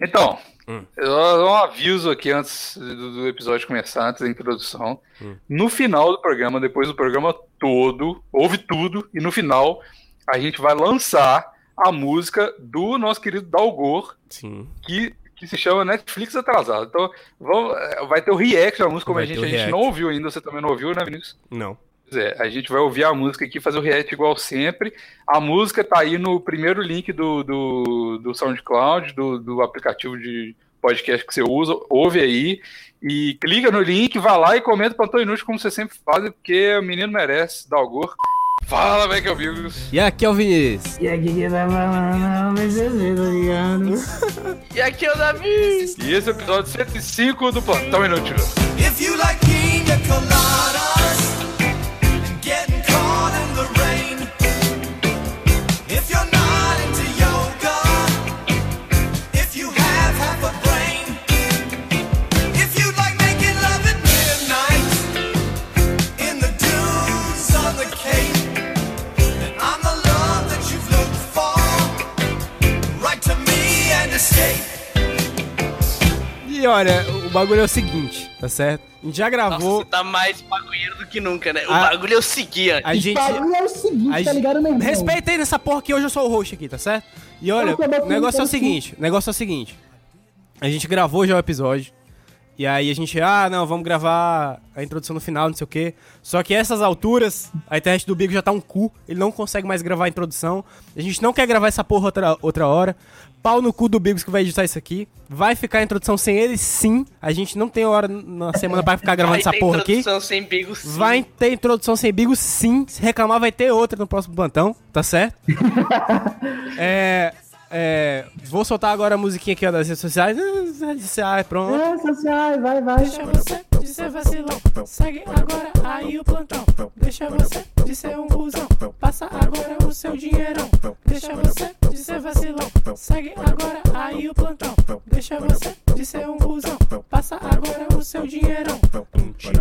Então, hum. eu, eu aviso aqui antes do, do, episódio começar, antes da introdução. Hum. No final do programa, depois do programa todo, ouve tudo, e no final a gente vai lançar a música do nosso querido Dalgor, Sim. que que se chama Netflix Atrasado. Então, vamos, vai ter o react da música, como Vai a gente, ter o a gente react. não ouviu ainda, você também não ouviu, né, Vinícius? Não. Pois é, a gente vai ouvir a música aqui, fazer o react igual sempre. A música tá aí no primeiro link do, do, do SoundCloud, do, do aplicativo de podcast que você usa, ouve aí e clica no link, vai lá e comenta pra Antônio Inútil como você sempre faz, porque o menino merece, dá o gor. Fala, Mac amigos! E aqui é o Vinícius. E aqui que tá falando, mas eu sei, tá ligado? E aqui é o Davi! E esse é o episódio 105 do Plantão Inútil. If you like pina coladas and getting caught in the rain, if you're not into yoga, if you have half a brain, if you like making love at midnight in the dunes on the cape, then I'm the love that you've looked for. Write to me and escape. E olha, o bagulho é o seguinte, tá certo? A gente já Nossa, gravou. você tá mais bagulheiro do que nunca, né? O Ah. bagulho eu seguia. A gente. O bagulho é o seguinte, a tá gente- ligado, meu irmão? Respeita aí nessa porra que hoje eu sou o host aqui, tá certo? E olha, Eu tô batendo o negócio é o tanto. seguinte, o negócio é o seguinte. A gente gravou já o episódio. E aí a gente, ah, não, vamos gravar a introdução no final, não sei o quê. Só que essas alturas, a internet do Bigo já tá um cu, ele não consegue mais gravar a introdução. A gente não quer gravar essa porra outra, outra hora. Pau no cu do Bigos que vai editar isso aqui. Vai ficar a introdução sem ele, sim. A gente não tem hora na semana pra ficar gravando Vai essa ter porra aqui. introdução sem bigo, sim. Vai ter introdução sem bigo, sim. Se reclamar, vai ter outra no próximo plantão, tá certo? é, é, vou soltar agora a musiquinha aqui ó, das redes sociais. As redes sociais, pronto. É, sociais, vai, vai. Deixa você de ser vacilão, segue agora aí o plantão. Deixa você de ser um cuzão, passa agora o seu dinheirão. Deixa você de ser vacilão, segue agora aí o plantão. Deixa você de ser um cuzão, passa agora o seu dinheirão.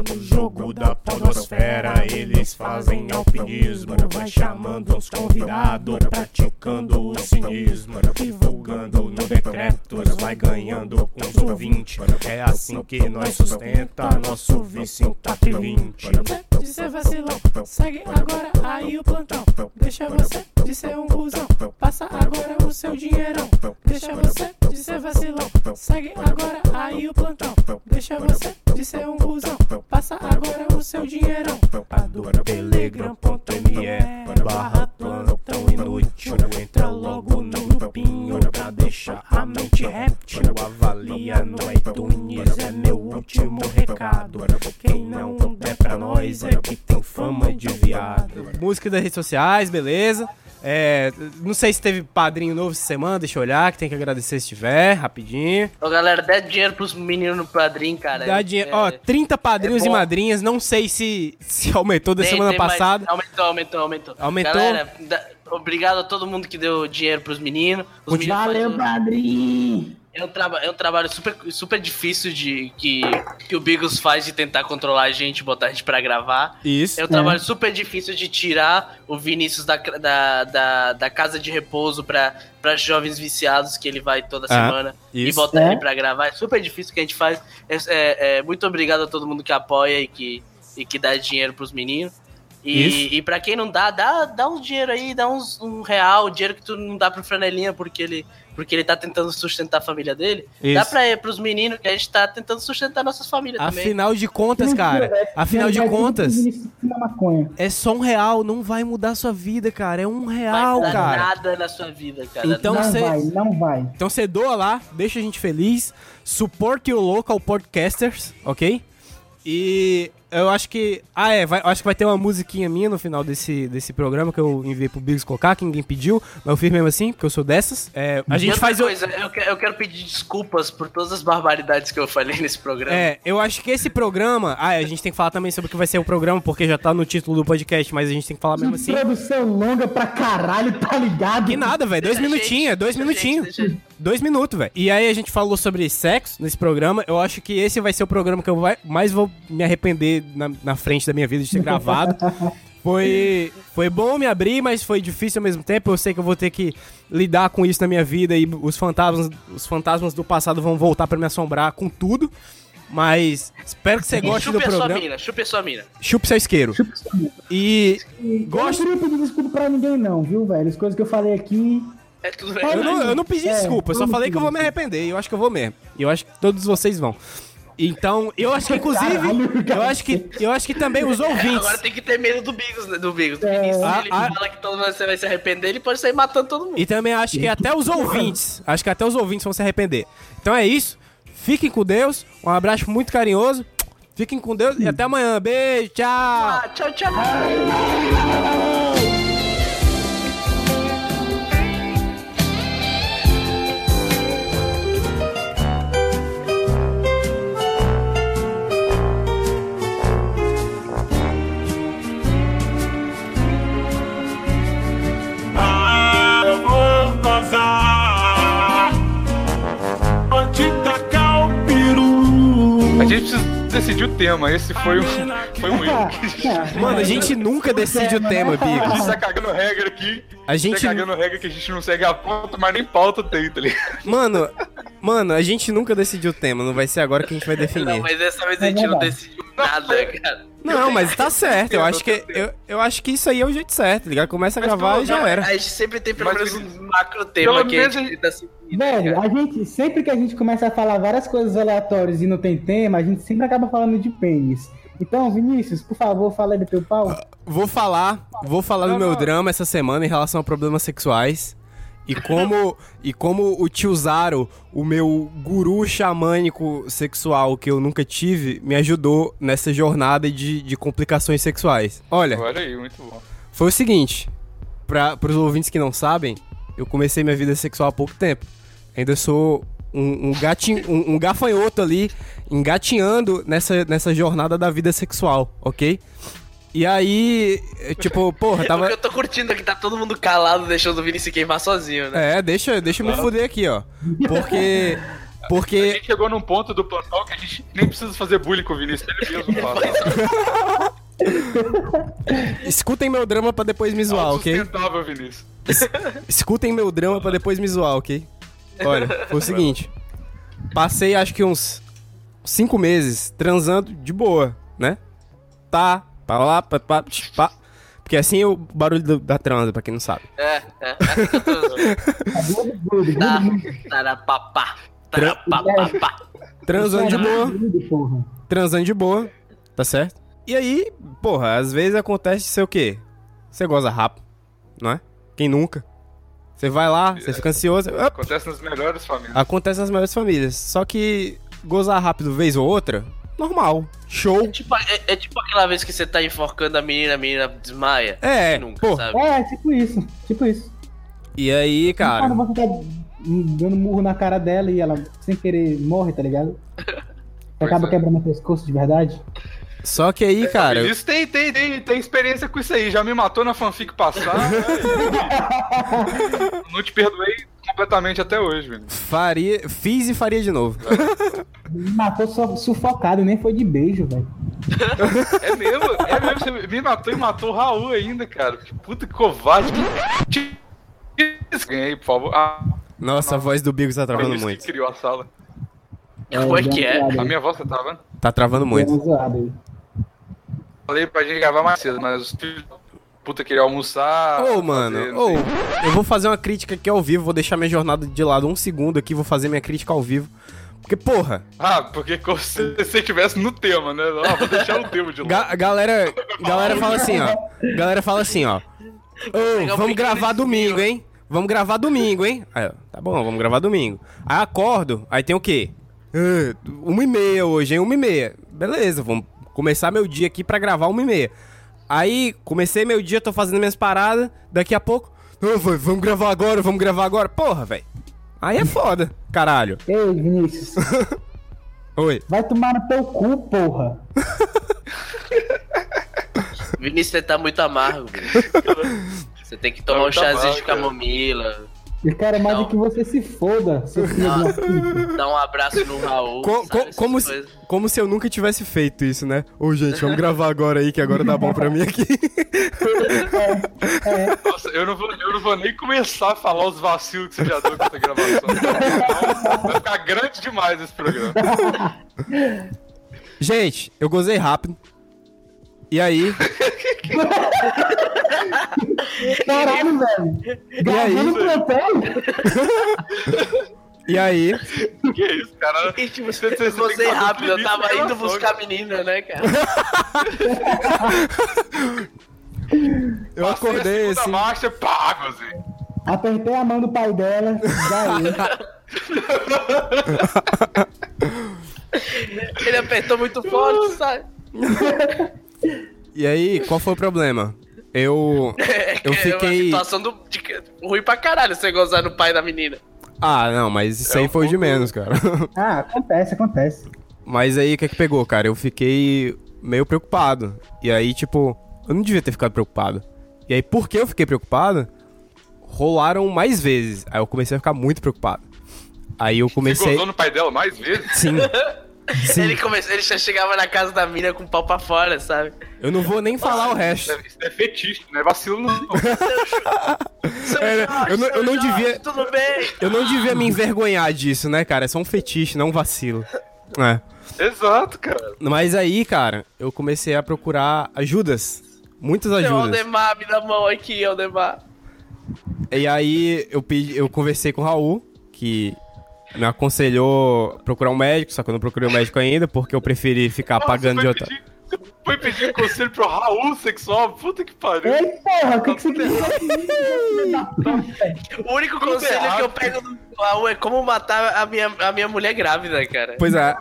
No jogo da podosfera eles fazem alpinismo Vai chamando os convidados, praticando o cinismo Divulgando no decretos, vai ganhando uns ouvintes É assim que nós sustenta nosso vício tá em top 20 De ser vacilão, segue agora aí o plantão. Deixa você de ser um cuzão, passa agora o seu dinheirão. Deixa você de ser vacilão, segue agora aí o plantão. Deixa você de ser um cuzão, passa agora o seu dinheirão. Adoro telegram.me é barra plantão inútil Entra logo no grupinho pra deixar a mente réptil Avalia no iTunes, é meu último recado Quem não der pra nós é que tem fama de viado Música das redes sociais, beleza. É, não sei se teve padrinho novo essa semana, deixa eu olhar, que tem que agradecer se tiver, rapidinho. Ô, galera, dá dinheiro pros meninos no padrinho, cara. Dá dinheiro. É, Ó, 30 padrinhos é e bom. madrinhas, não sei se, se aumentou da tem- semana tem mais- passada. Aumentou, aumentou, aumentou. Aumentou? Galera, dá- obrigado a todo mundo que deu dinheiro pros meninos. Os meninos Valeu, fazem- um, padrinho. É um, traba- é um trabalho super, super difícil de que, que o Bigos faz de tentar controlar a gente, botar a gente pra gravar. Isso. É um trabalho super difícil de tirar o Vinícius da, da, da, da casa de repouso pra, pra jovens viciados que ele vai toda semana e Ah, isso. botar É. ele pra gravar. É super difícil que a gente faz. É, é- é, muito obrigado a todo mundo que apoia e que, e que dá dinheiro pros meninos. Isso. E, e pra quem não dá, dá, dá um dinheiro aí, dá uns, um real, dinheiro que tu não dá pro Franelinha porque ele, porque ele tá tentando sustentar a família dele. Dá Isso. pra, pros meninos que a gente tá tentando sustentar nossas famílias também. Afinal de contas, cara, afinal de contas, Na maconha. é só um real, não vai mudar a sua vida, cara. É um Não real, vai mudar cara. nada na sua vida, cara. Então não você. vai, não vai. Então você doa lá, deixa a gente feliz, suporte o local podcasters, ok? E eu acho que. Ah, é, vai- acho que vai ter uma musiquinha minha no final desse, desse programa que eu enviei pro Biggs colocar, que ninguém pediu, mas eu fiz mesmo assim, porque eu sou dessas. É, a E gente outra faz. o- coisa, eu, que- eu quero pedir desculpas por todas as barbaridades que eu falei nesse programa. É, eu acho que esse programa. Ah, é, a gente tem que falar também sobre o que vai ser o programa, porque já tá no título do podcast, mas a gente tem que falar mesmo assim. Produção longa pra caralho, tá ligado? Que nada, velho. Dois Deixa a gente, minutinhos, dois deixa a gente, minutinhos. deixa a gente. Dois minutos, velho. E aí a gente falou sobre sexo nesse programa. Eu acho que esse vai ser o programa que eu vai- mais vou me arrepender na, na frente da minha vida de ter gravado. Foi, foi bom me abrir, mas foi difícil ao mesmo tempo. Eu sei que eu vou ter que lidar com isso na minha vida e os fantasmas, os fantasmas do passado vão voltar pra me assombrar com tudo. Mas espero que você goste do chupa sua programa. mina, chupa sua mina. Chupe seu isqueiro. E E Gosto- Eu não queria pedir desculpa pra ninguém, não, viu, velho? As coisas que eu falei aqui. É tudo eu bem. não, eu não pedi É, desculpa, eu só vamos falei que eu vou me pedir arrepender. E eu acho que eu vou mesmo. E eu acho que todos vocês vão. Então, eu acho que, inclusive, Caralho, eu cara. acho que, eu acho que também os ouvintes. Agora tem que ter medo do Bigos, né? Do Bigos. Do Vinícius, Ah, ele ah. fala que todo mundo você vai se arrepender, ele pode sair matando todo mundo. E também acho que até os ouvintes, acho que até os ouvintes vão se arrepender. Então é isso. Fiquem com Deus. Um abraço muito carinhoso. Fiquem com Deus e até amanhã. Beijo, tchau. Ah, tchau, tchau. Ah, eu vou gozar. Vou te tacar o A peru. gente precisa decidir o tema. Esse foi um, foi um erro. é. Mano, a gente nunca decide o tema, A Bigos. gente tá cagando regra aqui. A gente- tá cagando regra que a gente não segue a pauta, mas nem pauta tem, tá ligado? Mano, mano, a gente nunca decidiu o tema. Não vai ser agora que a gente vai Não, definir. mas dessa vez a gente não verdade. decidiu nada, cara. Não, mas tá certo. Eu Eu acho que tenho. eu, eu acho que isso aí é o jeito certo, tá ligado? Começa a Mas gravar tu- e já era. A gente sempre tem pelo Mas, menos Vinícius, um macro tema pelo que a gente menos a- tenta seguir. né, Velho, cara? a gente, sempre que a gente começa a falar várias coisas aleatórias e não tem tema, a gente sempre acaba falando de pênis. Então, Vinícius, por favor, fala aí do teu pau. Vou falar, vou falar do meu drama essa semana em relação a problemas sexuais. E como, e como o tio Zaro, o meu guru xamânico sexual que eu nunca tive, me ajudou nessa jornada de, de complicações sexuais. Olha, Olha aí, muito bom. foi o seguinte, para os ouvintes que não sabem, eu comecei minha vida sexual há pouco tempo. Ainda sou um, um, gatin- um- um gafanhoto ali, engatinhando nessa, nessa jornada da vida sexual, ok? E aí, eh, tipo, porra, O que tava... eu tô curtindo é que tá todo mundo calado, deixando o Vinícius queimar sozinho, né? É, deixa, deixa eu me fuder aqui, ó. Porque... A Porque... gente chegou num ponto do plantão que a gente nem precisa fazer bullying com o Vinícius, ele mesmo fala. Escutem meu drama pra depois me zoar, ok? Sustentável, Vinícius. Escutem meu drama pra depois me zoar, ok? Olha, foi o seguinte. Passei acho que uns cinco meses transando de boa, né? Tá, pra lá, pá, pá, tch, pá. Porque assim é o barulho do- da transa, pra quem não sabe. É, é. Tá, tarapapá, tarapapá. Transando de boa, Caralho, porra. transando de boa, tá certo? E aí, porra, às vezes acontece ser o quê? Você goza rápido, não é? Quem nunca? Você vai lá, você fica ansioso, ah, Acontece nas melhores famílias. Acontece nas maiores famílias. Só que gozar rápido vez ou outra, normal. É Show. tipo, é, é tipo aquela vez que você tá enforcando a menina, a menina desmaia. É, Nunca, pô. sabe? É, tipo isso. Tipo isso. E aí, Quando cara. você tá dando murro na cara dela e ela, sem querer, morre, tá ligado? Você acaba é. quebrando o pescoço de verdade. Só que aí, cara. Vinícius tem, tem, tem, tem experiência com isso aí, já me matou na fanfic passada. né? não te perdoei completamente até hoje, Vinícius. Faria, fiz e faria de novo. Me matou só sufocado, nem foi de beijo, velho. É mesmo, é mesmo, você me matou e matou o Raul ainda, cara. Que Puta que covarde. Que... Ganha aí, por favor. Ah, Nossa, a voz do Bigos tá o travando Vinícius muito. que criou a sala. Como é que é? A minha voz tá travando? Tá travando muito. Falei pra gente gravar mais cedo, mas os filhos da puta queriam Ah, almoçar. Ô, fazer, assim. mano, não ô, sei. eu vou fazer uma crítica aqui ao vivo, vou deixar minha jornada de lado um segundo aqui, vou fazer minha crítica ao vivo. Porque, porra, Ah, porque como se você estivesse no tema, né? Ah, vou deixar o tema de lado. Ga galera, galera fala assim, ó. Galera fala assim, ó. Ô, pegar o vamos pequeno gravar desvio. domingo, hein? Vamos gravar domingo, hein? Aí, ó, tá bom, vamos gravar domingo. Aí acordo, aí tem o quê? Ah, Uma e meia hoje, hein? Uma e meia. Beleza, vamos começar meu dia aqui pra gravar uma e meia. Aí, comecei meu dia, tô fazendo minhas paradas, daqui a pouco... "Ah, vai, vamos gravar agora, vamos gravar agora. Porra, velho. Aí é foda, caralho. Ei, Vinícius, Oi. vai tomar no teu cu, porra. Vinícius, você tá muito amargo, Vinícius. Você tem que tomar um Tá muito chazinho de amargo, cara. camomila. Eu quero mais Não. do que você se foda, seu filho de uma puta. Dá um abraço no Raul. Co- sabe, co- essas como, se, coisas. como se eu nunca tivesse feito isso, né? Ô, gente, vamos gravar agora aí, que agora tá bom pra mim aqui. Nossa, eu não, vou, eu não vou nem começar a falar os vacilos que você já deu com essa gravação. Então, Vai ficar grande demais esse programa. Gente, eu gozei rápido. E aí, Caralho, velho. e Gravando aí, plantão? e aí, Que isso, cara? E, tipo, Você- você- você tem que fazer Você um rápido, eu limite tava de indo gravação, buscar a cara. menina, né, cara? eu Passei a acordei segunda assim. marcha, pá, gozei. Apertei a mão do pai dela. é. Daí. Ele apertou muito forte, sabe? E aí, qual foi o problema? Eu. Eu É fiquei. uma situação do, de, ruim pra caralho você gozar no pai da menina. Ah, não, mas isso aí foi o de menos, cara. Ah, acontece, acontece. Mas aí, o que é que pegou, cara? Eu fiquei meio preocupado. E aí, tipo, eu não devia ter ficado preocupado. E aí, por que eu fiquei preocupado? Rolaram mais vezes. Aí eu comecei a ficar muito preocupado. Aí eu Você comecei. gozou no pai dela mais vezes? Sim. Sim. Ele, começou, ele já chegava na casa da mina com o pau pra fora, sabe? Eu não vou nem falar o resto. Isso é- Isso é fetiche, não é vacilo não. Seu É, eu não- seu eu não devia- Tudo bem? Eu não devia me envergonhar disso, né, cara? É só um fetiche, não um vacilo. É. Exato, cara. Mas aí, cara, eu comecei a procurar ajudas. Muitas Seu ajudas. Aldemar, me dá a mão aqui, Aldemar. E aí eu pedi, eu conversei com o Raul, que me aconselhou procurar um médico, só que eu não procurei um médico ainda, porque eu preferi ficar Nossa, pagando de foi otário. pedir- você Foi pedir conselho pro Raul sexual? Puta que pariu. Ei, porra, o que, que você quis dizer com O único conselho errado. que eu pego do Raul é como matar a minha, a minha mulher grávida, cara. Pois é.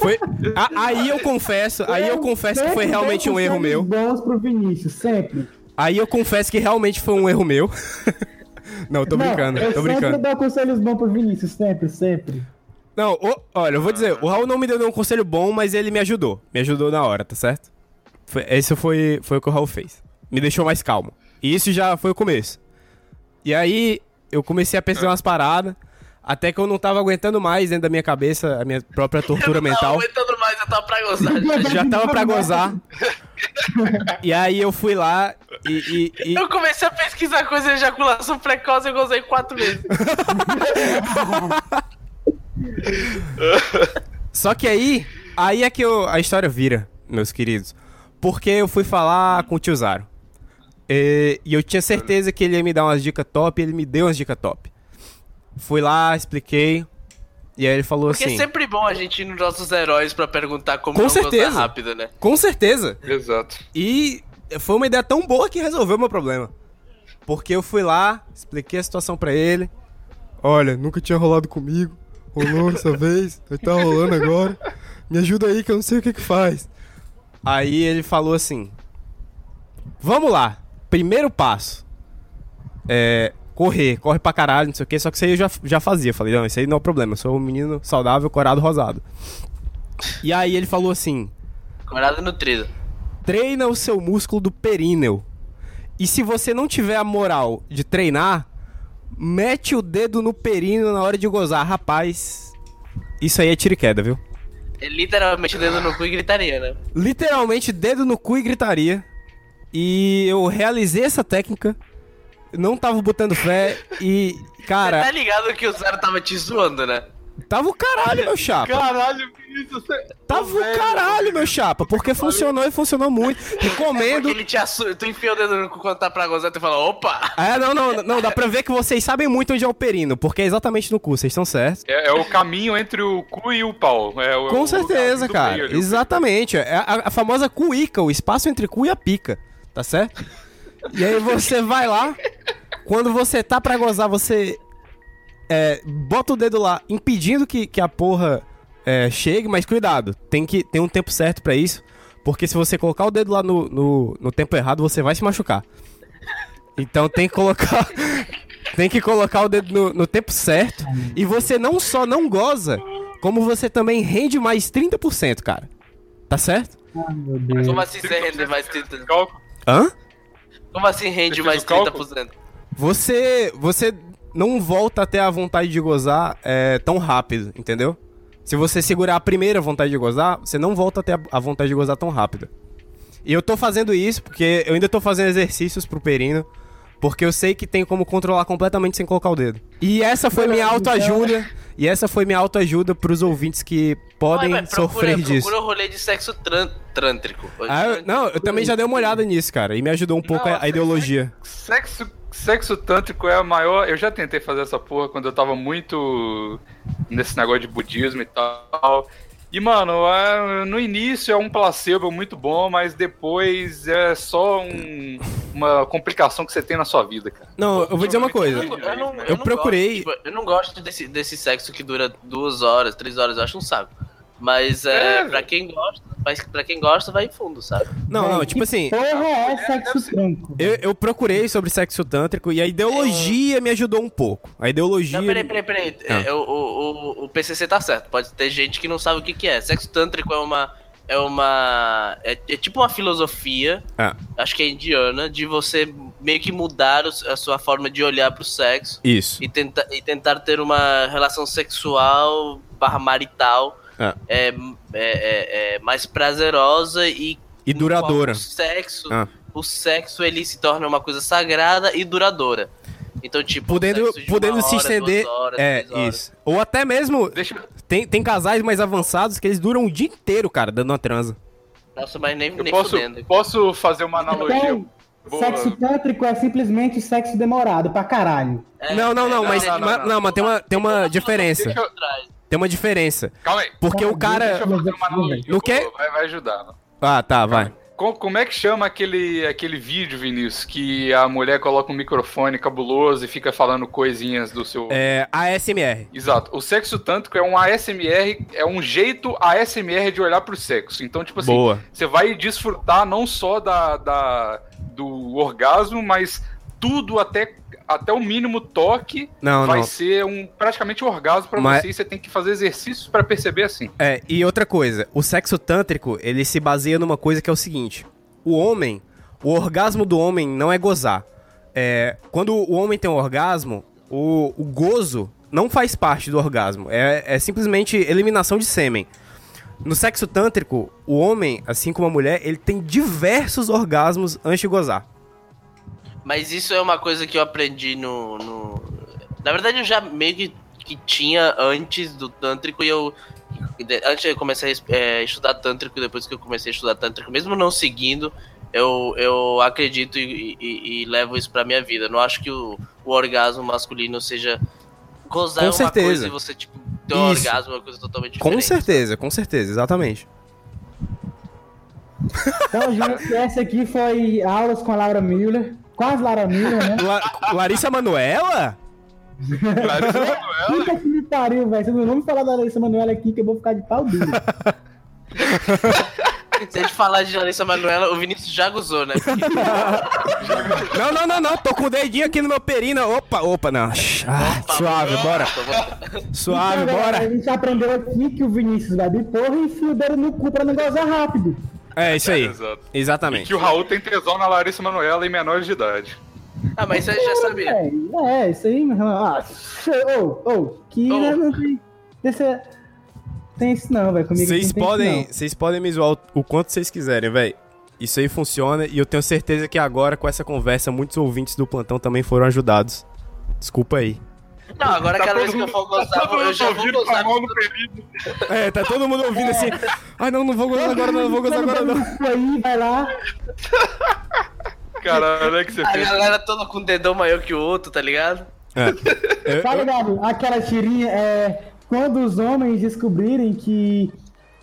Foi, a- aí eu confesso, aí eu confesso que foi Sempre realmente um dei erro conselhos meu. bons pro Vinícius, sempre. Aí eu confesso que realmente foi um erro meu. Não, tô Não, brincando, eu tô sempre brincando. dou conselhos bons pro Vinícius, sempre, sempre. Não, o- olha, eu vou dizer, o Raul não me deu nenhum conselho bom, mas ele me ajudou. Me ajudou na hora, tá certo? Foi- esse foi, foi o que o Raul fez. Me deixou mais calmo. E isso já foi o começo. E aí, eu comecei a pesquisar umas paradas, até que eu não tava aguentando mais dentro da minha cabeça a minha própria tortura eu não tava mental. aguentando mais, eu tava pra gozar. Já tava pra gozar. E aí eu fui lá e- e- e Eu comecei a pesquisar coisa de ejaculação precoce e eu gozei quatro vezes. Só que aí, aí é que eu- a história vira, meus queridos. Porque eu fui falar com o tio Zaro. E, e eu tinha certeza que ele ia me dar umas dicas top, e ele me deu umas dicas top. Fui lá, expliquei. E aí ele falou Porque assim: é sempre bom a gente ir nos nossos heróis pra perguntar como Com não certeza. gozar rápido, né? com certeza. Exato. E foi uma ideia tão boa que resolveu o meu problema. Porque eu fui lá, expliquei a situação pra ele. Olha, nunca tinha rolado comigo. Rolou dessa vez, vai tá rolando agora. Me ajuda aí que eu não sei o que que faz. Aí ele falou assim: Vamos lá, primeiro passo. É. Correr, corre pra caralho, não sei o que, só que isso aí eu já, já fazia. Eu Falei, não, isso aí não é um problema, eu sou um menino saudável, corado, rosado. E aí ele falou assim: Corada nutrida. treina o seu músculo do períneo. E se você não tiver a moral de treinar, mete o dedo no períneo na hora de gozar, rapaz. Isso aí é tiro e queda, viu? É literalmente o dedo no cu e gritaria, né? Literalmente dedo no cu e gritaria. E eu realizei essa técnica. Não tava botando fé e, Você tá cara, ligado que o Zero tava te zoando, né? tava o caralho, meu chapa. Tá Caralho, que isso? Você... tá Tava o caralho, meu chapa, porque funcionou e funcionou muito. Porque Recomendo. ele te assu... Tu enfia o dedo no cu quando tá pra gozar, tu fala, opa! É, não, não, não, dá pra ver que vocês sabem muito onde é o perino, porque é exatamente no cu, vocês estão certos. É, é o caminho entre o cu e o pau. É, o- é o Com caminho certeza, do cara. meio ali. Exatamente. É a, a famosa cuíca, o espaço entre cu e a pica, tá certo? E aí você vai lá, quando você tá pra gozar, você é, bota o dedo lá, impedindo que, que a porra é, chegue, mas cuidado, tem que ter um tempo certo pra isso, porque se você colocar o dedo lá no, no, no tempo errado, você vai se machucar. Então tem que colocar. tem que colocar o dedo no, no tempo certo. E você não só não goza, como você também rende mais 30%, cara. Tá certo? Meu Mas Deus. Como assim você rende mais 30%? Cálculo. Hã? Como assim rende Você mais fez o cálculo? 30%? Você. Você não volta até a vontade de gozar é, tão rápido, entendeu? Se você segurar a primeira vontade de gozar, você não volta até a- a vontade de gozar tão rápido. E eu tô fazendo isso porque eu ainda tô fazendo exercícios pro perino, porque eu sei que tem como controlar completamente sem colocar o dedo. E essa foi minha autoajuda, e essa foi minha autoajuda pros ouvintes que podem Ué, mas sofrer disso. Procura né? o rolê de sexo tran- trântrico. Ah, eu- não, eu também já dei uma olhada nisso, cara, e me ajudou um pouco a- a Nossa, ideologia. Sexo, sexo tântrico é a maior. Eu já tentei fazer essa porra quando eu tava muito nesse negócio de budismo e tal. E, mano, é- no início é um placebo muito bom, mas depois é só um- uma complicação que você tem na sua vida, cara. Não, eu vou dizer uma coisa. Eu, não- eu não- eu Eu não procurei- gosto, tipo, eu não gosto desse, desse sexo que dura duas horas, três horas, eu acho um saco. Mas é, É, pra quem gosta, mas pra quem gosta, vai em fundo, sabe? Não, não, Véi, tipo assim, Porra, é sexo tântrico. eu, eu procurei sobre sexo tântrico e a ideologia me ajudou um pouco. A ideologia. Não, peraí, peraí, peraí. Ah. É, o, o, o- o PCC tá certo. Pode ter gente que não sabe o que, que é. Sexo tântrico é uma. É uma. É, é tipo uma filosofia, Ah. acho que é indiana, de você meio que mudar o- a sua forma de olhar pro sexo Isso. e, tenta, e tentar ter uma relação sexual barra marital Ah. é, é- é- é mais prazerosa e E no duradoura. qual O sexo, Ah. o sexo ele se torna uma coisa sagrada e duradoura. Então, tipo, Podendo, sexo de podendo uma se hora, estender. duas horas, é, três horas. isso. Ou até mesmo. Deixa, Tem, tem casais mais avançados que eles duram o dia inteiro, cara, dando uma transa. Nossa, mas nem, eu nem posso, fudendo. posso fazer uma analogia. Então, boa. sexo tântrico é simplesmente sexo demorado pra caralho. É, não, não, não, não, mas, não, não, mas- não. não, mas tem uma, tem uma diferença. Deixa eu- Tem uma diferença. calma aí. Porque o Deixa cara. eu fazer uma analogia. No quê? boa, Vai, vai ajudar. Mano. Ah, tá, vai. Co- Como é que chama aquele, aquele vídeo, Vinícius, que a mulher coloca um microfone cabuloso e fica falando coisinhas do seu. É, ASMR. Exato. O sexo tântrico é um ASMR, é um jeito ASMR de olhar pro sexo. Então, tipo assim, Boa. você vai desfrutar não só da, da- do orgasmo, mas tudo até, até o mínimo toque Não, vai não. ser um praticamente um orgasmo pra Mas- você e você tem que fazer exercícios pra perceber assim. É, e outra coisa, o sexo tântrico, ele se baseia numa coisa que é o seguinte: o homem, o orgasmo do homem não é gozar. É, quando o homem tem um orgasmo, o, o gozo não faz parte do orgasmo, é, é simplesmente eliminação de sêmen. No sexo tântrico, o homem, assim como a mulher, ele tem diversos orgasmos antes de gozar. Mas isso é uma coisa que eu aprendi no. no- Na verdade, eu já meio que, que tinha antes do Tântrico e eu. de- Antes eu comecei a es- é, estudar Tântrico, depois que eu comecei a estudar Tântrico, mesmo não seguindo, eu, eu acredito e, e- e levo isso pra minha vida. Eu não acho que o, o orgasmo masculino seja. Gozar Com é uma certeza. coisa e você, tipo, ter um Isso. orgasmo é uma coisa totalmente diferente. Com certeza, com certeza, exatamente. Então, gente, essa aqui foi aulas com a Laura Miller. Quase Laura Miller, né? La- Larissa Manuela? Larissa Manoela, Puta que me pariu, velho. Vocês não vão me falar da Larissa Manoela aqui que eu vou ficar de pau duro. Se a gente falar de Larissa Manuela, o Vinícius já gozou, né? Não, não, não, não. Tô com o dedinho aqui no meu perina. Opa, opa, não. Ah, suave, bora. tá Suave, Então, galera, A bora. gente aprendeu aqui que o Vinícius vai de porra e enfia o dedo no cu pra não gozar rápido. É isso aí. Exato. Exatamente. Que o Raul tem tesão na Larissa Manoela em menores de idade. Ah, mas você já sabia. É, é, isso aí, meu irmão. Ah, ô, ô, que Ô. né, não tem. Esse, tem isso não, velho. Comigo Vocês não tem podem, Isso, vocês podem me zoar o, o quanto vocês quiserem, velho. Isso aí funciona e eu tenho certeza que agora com essa conversa muitos ouvintes do plantão também foram ajudados. Desculpa aí. Não, agora Tá cada vez todo que eu for Tá gozar, todo eu mundo já vou ouvindo com a gozar. mão no período. É, tá todo mundo ouvindo assim. Ai, não, não vou gozar agora, não, não vou gozar agora, não. não. aí, vai lá. Cara, olha que você A fez. galera toda com um dedão maior que o outro, tá ligado? É. Eu- Tá eu- ligado? Aquela tirinha é quando os homens descobrirem que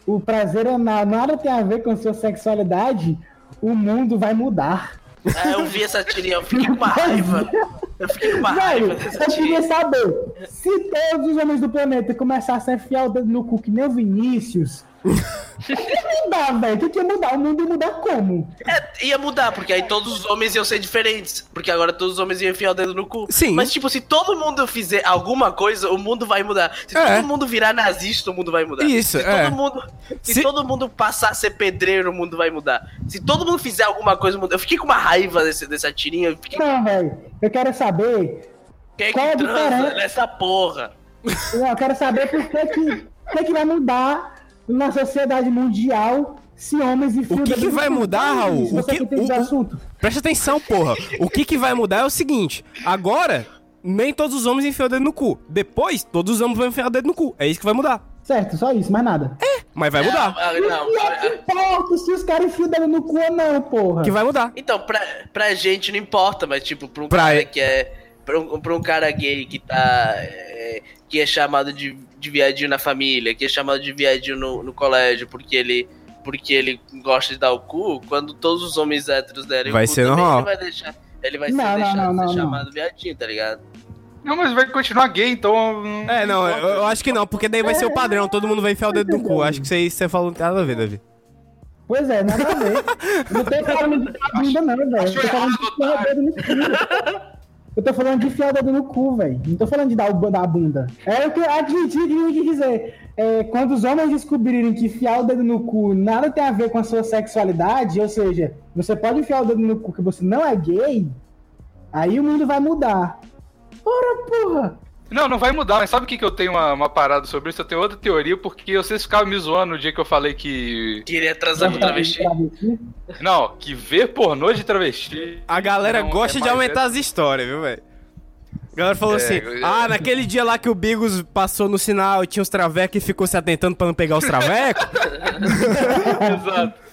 o prazer anal nada tem a ver com sua sexualidade, o mundo vai mudar. Ah, eu vi essa tirinha, eu fiquei com uma raiva. Eu fiquei com uma Velho, é raiva eu dessa tirinha. queria assim- saber se todos os homens do planeta começassem a enfiar o dedo no cu que nem o Vinícius. o que ia mudar, velho? O que que ia mudar? O mundo ia mudar como? É, ia mudar, porque aí todos os homens iam ser diferentes. Porque agora todos os homens iam enfiar o dedo no cu. Sim. Mas, tipo, se todo mundo fizer alguma coisa, o mundo vai mudar. Se É. todo mundo virar nazista, o mundo vai mudar. Isso, se é. Todo mundo, se, Se- todo mundo passar a ser pedreiro, o mundo vai mudar. Se todo mundo fizer alguma coisa, o mundo... Eu fiquei com uma raiva desse, dessa tirinha. Eu fiquei... Não, velho. Eu quero saber Quem é Qual que a transa diferença? nessa porra? Eu quero saber por que que, que que vai mudar na sociedade mundial se homens e que filhos- que vai mudar, Raul? Se O Você que- que, tem o- de o- assunto. Presta atenção, porra. O que, que vai mudar é o seguinte: agora, nem todos os homens enfiam o dedo no cu. Depois, todos os homens vão enfiar o dedo no cu. É isso que vai mudar. Certo, só isso, mais nada. Mas vai mudar. Ah, não, E é que pra- importa se os caras enfiam o dedo no cu ou não, porra. Que vai mudar. Então, pra, pra gente não importa, mas tipo, pra um Pra- cara que é. Pra um, pra um cara gay que tá. é, que é chamado de, de viadinho na família, que é chamado de viadinho no, no colégio, porque ele. Porque ele gosta de dar o cu, quando todos os homens héteros derem Vai o cu ser também, normal. ele vai deixar. Ele vai ser, Não, não, deixado não, de não, ser não. chamado viadinho, tá ligado? Não, mas vai continuar gay, então. hum, É, não, importa. eu, eu acho que não, porque daí vai ser o padrão, todo mundo vai enfiar o dedo no cu. Acho que isso aí você falou não tem nada a ver, Davi. Pois é, nada a ver. Não tem cara de ficar ainda, não, velho. acho Eu tô falando de enfiar o dedo no cu. Eu tô falando de enfiar o dedo no cu, velho. Não tô falando de dar, o, dar a bunda. É o que a gente tinha que dizer. É, quando os homens descobrirem que enfiar o dedo no cu nada tem a ver com a sua sexualidade, ou seja, você pode enfiar o dedo no cu que você não é gay, aí o mundo vai mudar. Ora, porra! Não, não vai mudar, mas sabe o que, que eu tenho uma, uma parada sobre isso? Eu tenho outra teoria, porque vocês ficavam me zoando no dia que eu falei que. Queria transar com travesti. Travesti. Não, que ver pornô de travesti. A galera Não, é gosta de mais aumentar as histórias, viu, velho? A galera falou É, assim: eu- ah, naquele dia lá que o Bigos passou no sinal e tinha os travecos e ficou se atentando pra não pegar os travecos. Exato.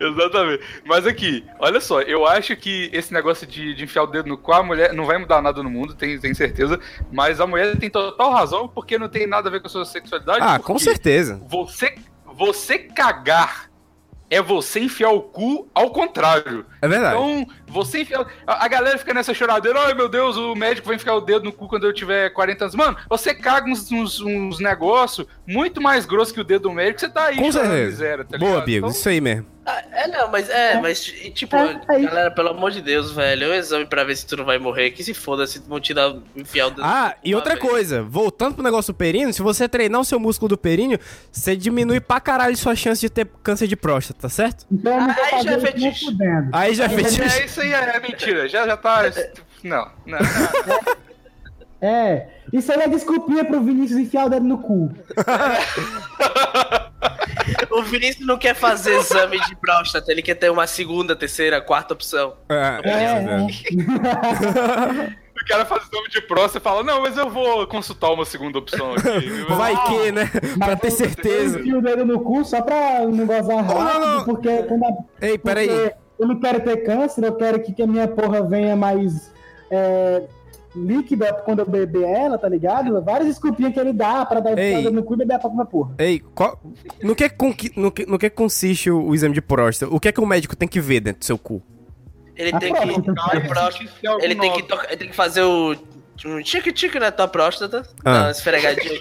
Exatamente. Mas aqui, olha só, eu acho que esse negócio de, de enfiar o dedo no cu, a mulher não vai mudar nada no mundo, tem, tem certeza. Mas a mulher tem total razão, porque não tem nada a ver com a sua sexualidade. ah, com porque certeza. Você, você cagar é você enfiar o cu ao contrário. É verdade. Então, você enfiar. A, a galera fica nessa choradeira, ai meu Deus, o médico vai enfiar o dedo no cu quando eu tiver 40 anos. Mano, você caga uns, uns, uns negócios muito mais grosso que o dedo do médico, você tá aí com chorando certeza. miséria, tá Boa, ligado? Bigos, isso aí mesmo. Ah, é, não, mas é, mas e, tipo, É, é isso. galera, pelo amor de Deus, velho, é um exame pra ver se tu não vai morrer, que se foda se vão te dar enfiar o dedo. Ah, e outra vez. coisa, voltando pro negócio do períneo, se você treinar o seu músculo do períneo, você diminui pra caralho sua chance de ter câncer de próstata, tá certo? Então eu não tô Aí já é fazendo nem fetiche. fudendo. Aí já fez. É, isso aí é mentira. Já, já tá. É. Não, não. É. Isso aí é desculpinha pro Vinícius enfiar o dedo no cu. O Vinícius não quer fazer exame de próstata, ele quer ter uma segunda, terceira, quarta opção. É, É, é. O cara faz o nome de próximo e fala: Não, mas eu vou consultar uma segunda opção aqui. Vai que, né? pra ter Eu certeza. enfio o dedo no cu só pra não não, gozar rápido, não. porque quando a- Ei, é, peraí. porque Eu não quero ter câncer, eu quero que, que a minha porra venha mais é, líquida quando eu beber ela, tá ligado? Várias desculpinhas que ele dá pra dar Ei. enfiar o dedo no cu e beber a própria porra. Ei, qual- no, que, con- que- no, que, no que consiste o, o exame de próstata? O que é que o médico tem que ver dentro do seu cu? Ele A tem que. próstata. a próstata- Ele tem que, tocar- ele tem que fazer o. Um tique-tique na tua próstata, Ah. dá uma esfregadinha.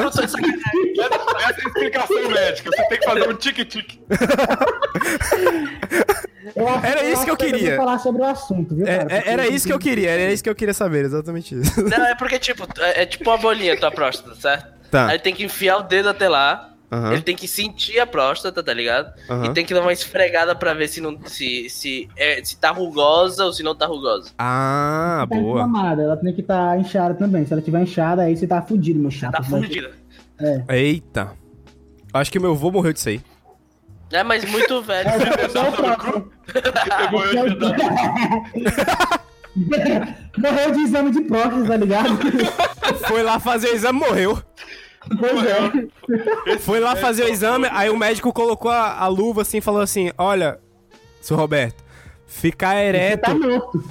Eu tô de sacanagem. Essa é a explicação médica. Você tem que fazer um tique-tique. Eu acho- Era isso acho que eu devia queria. falar sobre o assunto, viu, É, cara? é- era isso que eu queria, era isso que eu queria saber, exatamente isso. Não, é porque, tipo, é, é tipo uma bolinha a tua próstata, certo? Tá. Aí ele tem que enfiar o dedo até lá. Aham. Ele tem que sentir a próstata, tá ligado? Aham. E tem que dar uma esfregada pra ver se não se, se, é, se tá rugosa ou se não tá rugosa. Ah, Tá boa. inflamada, ela tem que estar inchada também. Se ela tiver inchada, aí você tá fudido, meu chato. Tá fundida. Eita. Acho que meu avô morreu disso aí. É, mas muito velho. Só o próximo. é Pegou eu de dar- Morreu de exame de próstata, tá ligado? Foi lá fazer o exame, morreu. pois é. Foi lá fazer o exame, aí o médico colocou a, a luva assim e falou assim: Olha, seu Roberto, ficar Você ereto. tá morto.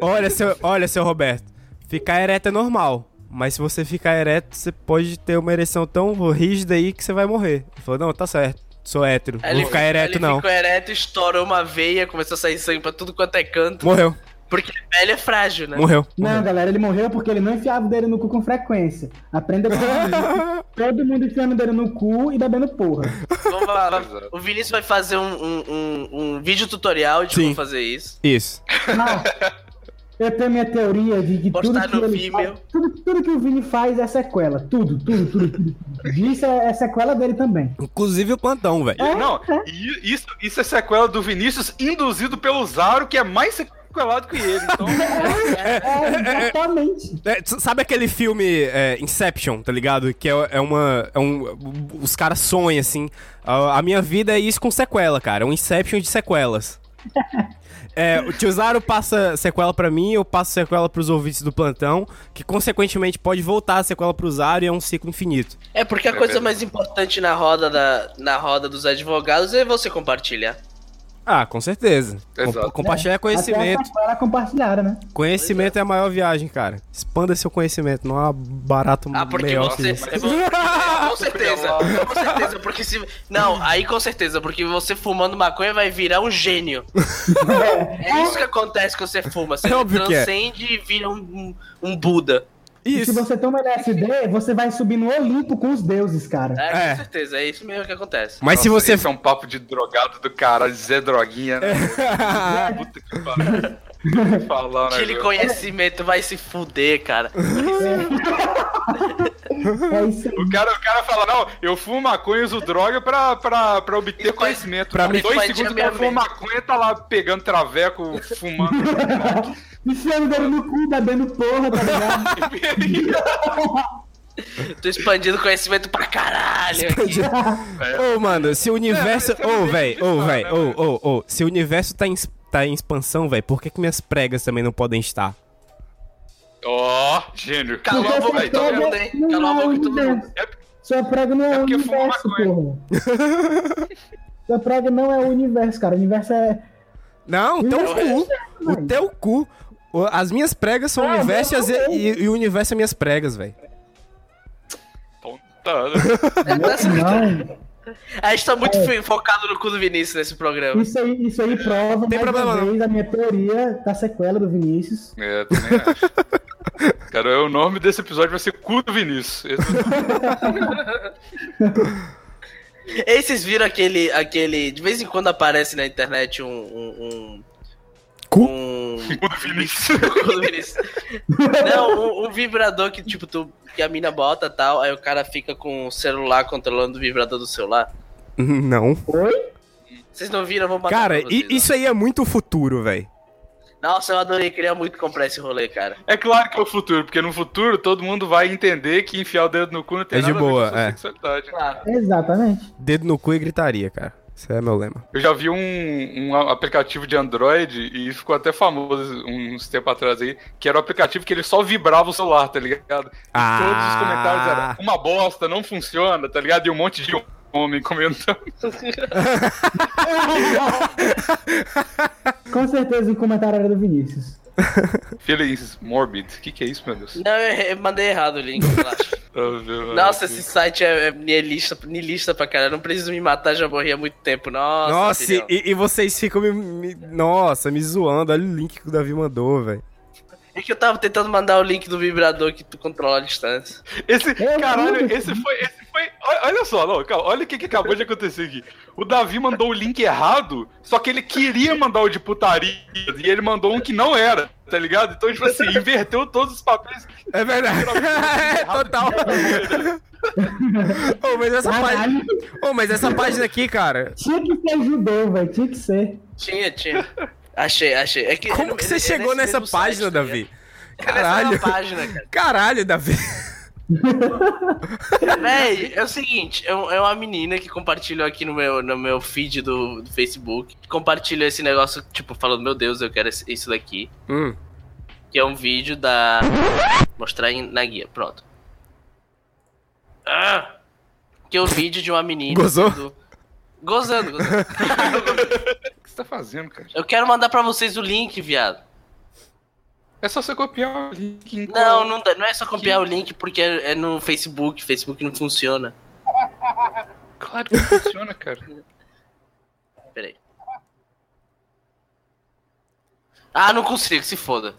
Olha, seu, olha, seu Roberto, ficar ereto é normal. Mas se você ficar ereto, você pode ter uma ereção tão rígida aí que você vai morrer. Ele falou: Não, tá certo, sou hétero, Aí vou ficar ereto ele não. ficou ereto, estourou uma veia, começou a sair sangue pra tudo quanto é canto. Morreu, Porque velho é frágil, né? morreu. Não, galera, ele morreu porque ele não enfiava o dedo no cu com frequência. Aprenda com isso. Todo mundo enfiando o dedo no cu e bebendo porra. Vamos lá, lá. Exato. O Vinícius vai fazer um, um, um, um vídeo tutorial de Sim. como fazer isso. Isso. Não. Eu tenho minha teoria de que tudo Postar que, no ele Vimeo. faz, tudo, tudo que o Vini faz é sequela. Tudo, tudo, tudo. tudo, tudo. Isso é, é sequela dele também. Inclusive o plantão, velho. Não, e isso, isso é sequela do Vinícius induzido pelo Zaro, que é mais sequela colado com ele. Então, É, exatamente. É, s- sabe aquele filme é, Inception, tá ligado? Que é, é uma. é um- os caras sonham, assim. A, a minha vida é isso com sequela, cara. É um Inception de sequelas. É, o Tio Zaro passa sequela pra mim, eu passo sequela pros ouvintes do plantão, que consequentemente pode voltar a sequela pro Zaro e é um ciclo infinito. É porque a coisa mais importante na roda, da, na roda dos advogados é você compartilhar. Ah, com certeza. Com- Exato. compartilhar É, Até conhecimento. essa sequela compartilhada, né? Conhecimento é a maior viagem, cara. Expanda seu conhecimento, não é barato Ah, porque melhor você. que isso. é bom- é, com certeza. Com certeza, porque se. Não, aí com certeza, porque você fumando maconha vai virar um gênio. É isso que acontece quando você fuma. Você É óbvio que é. transcende e vira um, um, um Buda. E se Isso. você toma LSD, você vai subir no Olimpo com os deuses, cara. É, É. com certeza, é isso mesmo que acontece. Mas se Nossa, você. Esse é um papo de drogado do caralho, Zé Droguinha, né? É. Puta que pariu. Tem que Falar, né? Aquele meu? conhecimento vai se fuder, cara. É isso aí. O cara, o cara fala, não, eu fumo maconha e uso droga pra, pra, pra obter conhecimento. pra Não, me- dois expandir segundos a que eu minha fumo mente. maconha, tá lá pegando traveco, fumando. Enfiando o dedo no cu, bebendo porra, tá ligado? Tô expandindo conhecimento pra caralho. aqui. Ô, mano, se o universo. É, mas Ô, você véi, não tem que ô, pensar, véi, né, ô, mano? ô, ô. Se o universo tá em, tá em expansão, véi, por que, que minhas pregas também não podem estar? Ó, gênio. Calou Porque a boca sua de todo mundo, prega hein? não Calou a é boca o de todo mundo. universo. então. É, Sua prega não é, É o porque fuma universo, maconha. porra. Sua prega não é o universo, cara. O universo é. Não, o teu Não, cu. O teu cu. O- As minhas pregas são o Ah, universo e, as- não, não. e- e o universo é minhas pregas, véi. tonta, né? Não, A gente tá muito fi- focado no cu do Vinícius nesse programa. isso aí, isso aí prova mais problema, uma não. vez a minha teoria da sequela do Vinícius. É, também acho. Cara, o nome desse episódio vai ser Cu do Vinícius. Esse- Ei, vocês viram aquele, aquele. De vez em quando aparece na internet um. um, um Cu? Um. Cu do Vinícius. cu do Vinícius. Não, um, um vibrador que, tipo, tu, que a mina bota e tal, aí o cara fica com o celular controlando o vibrador do celular. Hum, Não. Oi? Vocês não viram? Eu Vou matar Cara, pra i- vocês, ó. isso aí é muito futuro, véi. Nossa, eu adorei, queria muito comprar esse rolê, cara. É claro que é o futuro, porque no futuro todo mundo vai entender que enfiar o dedo no cu não tem É de nada a ver boa, com sua é. sexualidade. Claro. Exatamente. Dedo no cu e gritaria, cara. Isso é meu lema. Eu já vi um, um aplicativo de Android, e isso ficou até famoso uns tempos atrás aí, que era um aplicativo que ele só vibrava o celular, tá ligado? E Ah. todos os comentários eram uma bosta, não funciona, tá ligado? E um monte de homem comentando. Com certeza o comentário era do Vinícius. Feelings morbid. O que, que é isso, meu Deus? Não, eu, eu mandei errado o link, eu acho. Nossa, esse site é, é niilista, niilista pra caralho. Não preciso me matar, já morri há muito tempo. Nossa, Nossa, filhão. e, e vocês ficam me, me- Nossa, me zoando. Olha o link que o Davi mandou, véi. É que eu tava tentando mandar o link do vibrador que tu controla a distância. Esse, Eu caralho, juro. esse foi, esse foi. olha- Olha só, não, calma, olha o que, que acabou de acontecer aqui. O Davi mandou o link errado, só que ele queria mandar o de putaria, e ele mandou um que não era, tá ligado? Então, tipo assim, inverteu todos os papéis. É verdade. é, total. Ô, mas essa Caralho. página. Ô, mas essa página aqui, cara. Tinha que ser judeu, velho. Tinha que ser. Tinha, tinha. Achei, achei. É que, Como que você chegou nessa página, tá Davi? Caralho. Caralho. é Nessa página, cara. Caralho, Davi. Véi, é o seguinte, é, um- é uma menina que compartilhou aqui no meu, no meu feed do, do Facebook. Compartilhou esse negócio, tipo, falando, meu Deus, eu quero esse- isso daqui. Hum. Que é um vídeo da. Mostrar em- na guia, pronto. Ah! Que é o vídeo de uma menina. Gozou? do- Gozando, gozando. O que você tá fazendo, cara? Eu quero mandar pra vocês o link, viado. É só você copiar o link. e Não, não, dá- não é só copiar o link porque é, é no Facebook. Facebook não funciona. Claro que funciona, cara. Peraí. Ah, não consigo, se foda.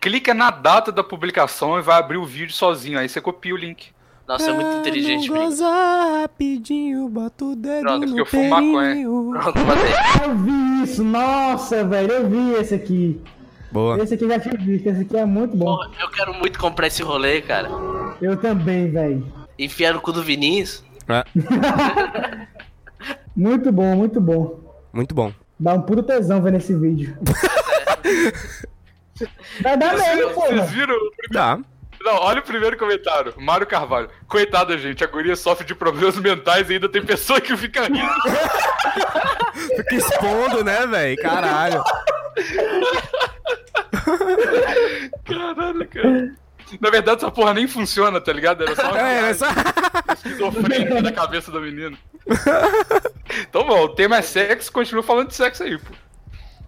Clica na data da publicação e vai abrir o vídeo sozinho. Aí você copia o link. Nossa, é muito inteligente, menino. Gozar rapidinho, bota o dedo Pronto, porque eu no fumo maconha. perinho. Pronto, mandei. Eu vi isso. Nossa, velho. Eu vi esse aqui. Boa. Hum. Esse aqui eu já tinha visto. Esse aqui é muito bom. Porra, eu quero muito comprar esse rolê, cara. Eu também, velho. Enfiar no cu do Vinícius. É, Muito bom, muito bom. muito bom. Dá um puro tesão vendo esse vídeo. Vai dar merda, Vocês porra. viram o primeiro Tá. Não, olha o primeiro comentário. Mário Carvalho. Coitada, gente, a guria sofre de problemas mentais e ainda tem pessoa que fica rindo. Fica expondo, né, velho? Caralho. Caralho, cara. Na verdade, essa porra nem funciona, tá ligado? Era só uma É, é, era só- esquizofrênica na cabeça do menino. então, bom, o tema é sexo, continua falando de sexo aí, pô.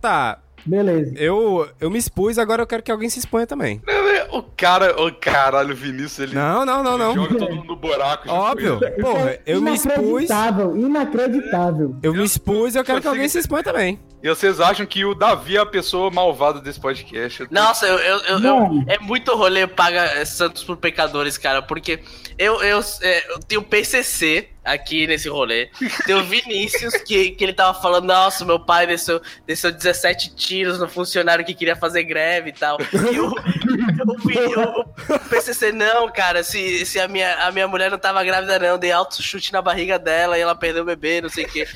Tá. Beleza. Eu, eu me expus, agora eu quero que alguém se exponha também. é, O cara, o caralho, o Vinícius, ele Não, não, não, não. joga todo mundo no buraco. já Óbvio. foi, né? Porra, eu me expus. Inacreditável, inacreditável. Eu me expus, eu quero que Consigo- alguém se exponha também. E vocês acham que o Davi é a pessoa malvada desse podcast? Eu tô- Nossa, eu, eu, eu- eu- Mano. é muito rolê paga é, Santos por pecadores, cara, porque eu, eu, é, eu tenho PCC aqui nesse rolê, tenho Vinícius, que, que ele tava falando, nossa, meu pai desceu, desceu 17 tiros no funcionário que queria fazer greve e tal, e o, o Vi- o- o PCC, não, cara, se, se a, minha, a minha mulher não tava grávida não, dei alto chute na barriga dela e ela perdeu o bebê, não sei o quê.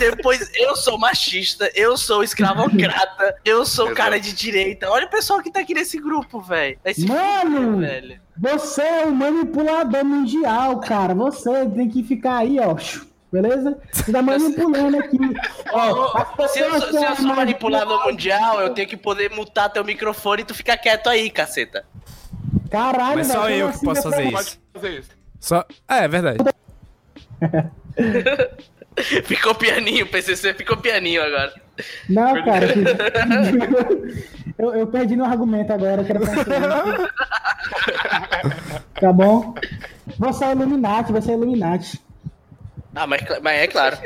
Depois, eu sou machista, eu sou escravocrata, eu sou cara de direita. Olha o pessoal que tá aqui nesse grupo, velho. Vai se Mano! fuder, velho. Você é o manipulador mundial, cara. Você tem que ficar aí, ó. Beleza? Você tá manipulando aqui. Ó, as Se eu, pessoas é sou- se eu são sou as manipulador mundial, eu tenho que poder mutar teu microfone e tu fica quieto aí, caceta. Caralho, Mas só velho, eu como que posso assim? fazer Pode isso. fazer isso. Só. É, é verdade. Ficou pianinho, PCC ficou pianinho agora. Não, cara. que- eu, eu perdi no argumento agora. eu Quero continuar. né? tá bom? Você é Illuminati, você é Illuminati. Ah, mas, mas é claro.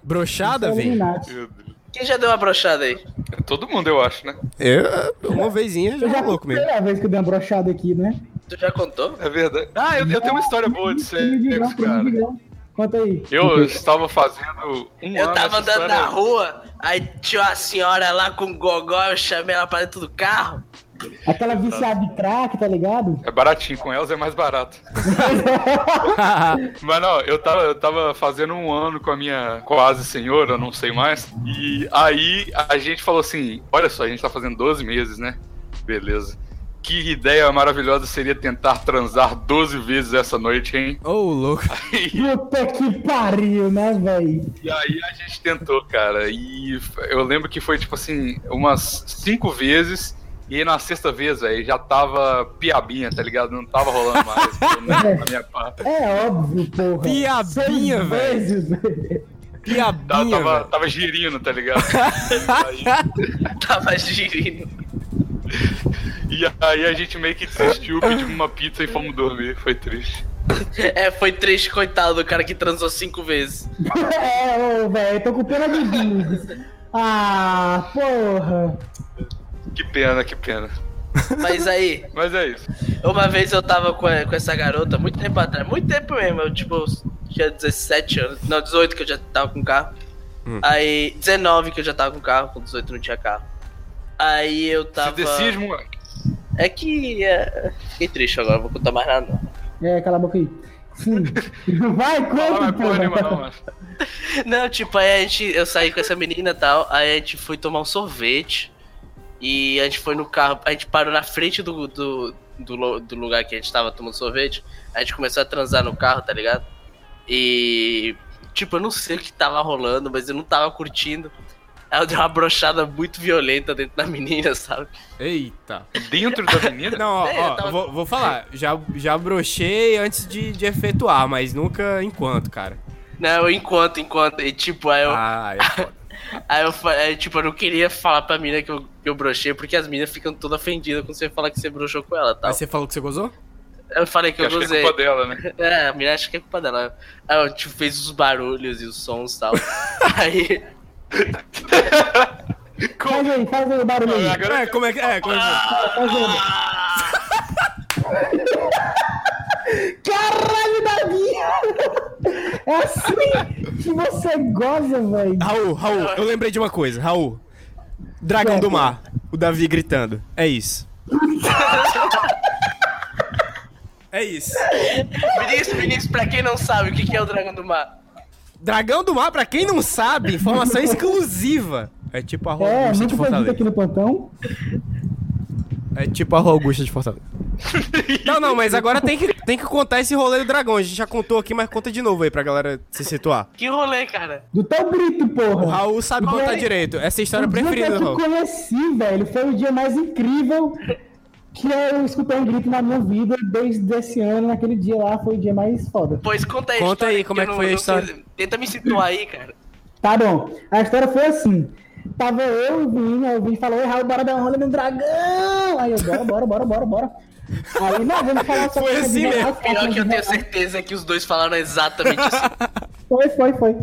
Brochada, Você é velho? Illuminati. Meu Deus. Quem já deu uma brochada aí? Todo mundo, eu acho, né? Eu, uma vezinha Já já é foi a louco mesmo. primeira vez que eu dei uma brochada aqui, né? Tu já contou? É verdade. Ah, eu, eu tenho uma história boa de Digão, sexo, é cara. Digão. Conta aí. Eu estava fazendo um Eu ano essa tava andando na história. rua, aí tinha uma senhora lá com um gogó, eu chamei ela pra dentro do carro. Aquela viciada de crack, tá ligado? É baratinho, com elas é mais barato. Mas não, eu tava, eu tava fazendo um ano com a minha quase senhora, eu não sei mais. E aí a gente falou assim: olha só, a gente tá fazendo 12 meses, né? Beleza. Que ideia maravilhosa seria tentar transar 12 vezes essa noite, hein? Ô, louco. Tá, Puta que pariu, né, velho? E aí a gente tentou, cara. E f- eu lembro que foi, tipo assim, umas cinco vezes. E aí na sexta vez, velho, já tava piabinha, tá ligado? Não tava rolando mais. pelo menos na minha parte. É óbvio, porra. Piabinha, Seis velho. vezes, velho. Tava, Piabinha, tava, velho. tava girino, tá ligado? Aí- Tava girindo. e aí a gente meio que desistiu, pedimos uma pizza e fomos dormir. Foi triste. É, foi triste, coitado do cara que transou cinco vezes. É, ô, velho, tô com pena de Vinicius. Ah, porra. Que pena, que pena. Mas aí, Mas é isso. uma vez eu tava com, com essa garota, muito tempo atrás, muito tempo mesmo, eu tipo, tinha 17 anos, não, 18 que eu já tava com carro. Aí, 19 que eu já tava com carro, com 18 não tinha carro. Aí eu Se tava. decide, moleque. É que. É... Fiquei triste agora, não vou contar mais nada. não. É, cala a boca aí. Sim. Vai, Não conta, é porra nenhuma, não, porra. mano. Não, tipo, aí a gente, eu saí com essa menina e tal, aí a gente foi tomar um sorvete. E a gente foi no carro, a gente parou na frente do, do, do, lo- do lugar que a gente tava tomando sorvete. A gente começou a transar no carro, tá ligado? E, tipo, eu não sei o que tava rolando, mas eu não tava curtindo. Aí eu dei uma brochada muito violenta dentro da menina, sabe? Eita. Dentro da menina? Não, ó, É, ó, eu tava- vou, vou falar. Já, já brochei antes de, de efetuar, mas nunca enquanto, cara. Não, enquanto, enquanto. E, tipo, aí eu, Ah, é foda. Aí eu, fa- aí, tipo, eu não queria falar pra mina que eu, que eu brochei, porque as minas ficam toda ofendidas quando você fala que você broxou com ela, tá? Mas você falou que você gozou? Eu falei que Eu eu acho que é gozei. culpa dela, né? É, a mina acha que é culpa dela. Aí eu, tipo, fez os barulhos e os sons e tal. aí... Faz aí, faz aí o barulho aí. Agora é, como é que. É, como é Ah! que- Faz aí. Caralho, Davi! É assim que você goza, velho. Raul, Raul, eu lembrei de uma coisa. Raul, Dragão do Mar, o Davi gritando. É isso. É isso. Vinícius, Vinícius, pra quem não sabe o que que é o Dragão do Mar... Dragão do Mar, pra quem não sabe, informação exclusiva. É tipo a Rua É, Augusta de muito bandido Fortaleza. aqui no plantão. É tipo a Rua Augusta de Fortaleza. não, não, mas agora tem que, tem que contar esse rolê do dragão. A gente já contou aqui, mas conta de novo aí pra galera se situar. Que rolê, cara? Do teu Brito, porra. O Raul sabe contar Mas- direito. Essa é a história o preferida do dia que eu Raul. conheci, velho, foi o dia mais incrível que eu escutei um grito na minha vida desde esse ano. Naquele dia lá foi o dia mais foda. Pois conta aí. a Conta história, aí, como que é eu que não- foi a não história? sei- Tenta me situar aí, cara. Tá bom. A história foi assim. Tava eu e o Vini, aí o Vini falou, errado, bora dar uma rolê no dragão. Aí eu, bora, bora, bora, bora, bora. Aí, não, vamos falar sobre... Foi coisa assim de mesmo. real, Pior coisa que eu de tenho real. certeza que os dois falaram exatamente isso. Foi, foi, foi.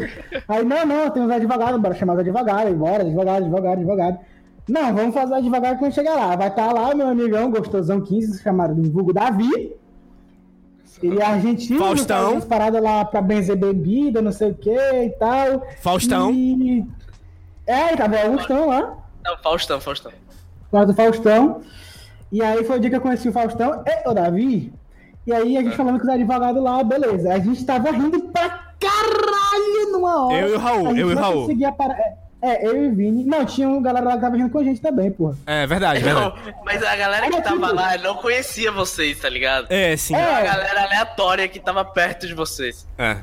Aí, não, não, tem os advogados, bora chamar os advogados, aí bora, advogado, advogado, advogado. Não, vamos fazer o advogado quando chegar lá. Vai estar lá o meu amigão, gostosão 15, chamado do vulgo Davi. Ele é argentino, Faustão. faz umas paradas lá pra benzer bebida, não sei o que e tal. Faustão. E... É, e tava o Faustão lá. Não, Faustão, Faustão. Lá do Faustão. E aí foi o dia que eu conheci o Faustão e o Davi. E aí a É. gente falando com os advogados lá, beleza. A gente tava rindo pra caralho numa hora. Eu e o Raul, A gente eu e o não Raul. conseguia parar. É, É, eu e o Vini. Não, tinha um galera lá que tava rindo com a gente também, porra. É verdade, verdade. Não, mas a galera que tava lá não conhecia vocês, tá ligado? É, sim. Era uma É. galera aleatória que tava perto de vocês. É.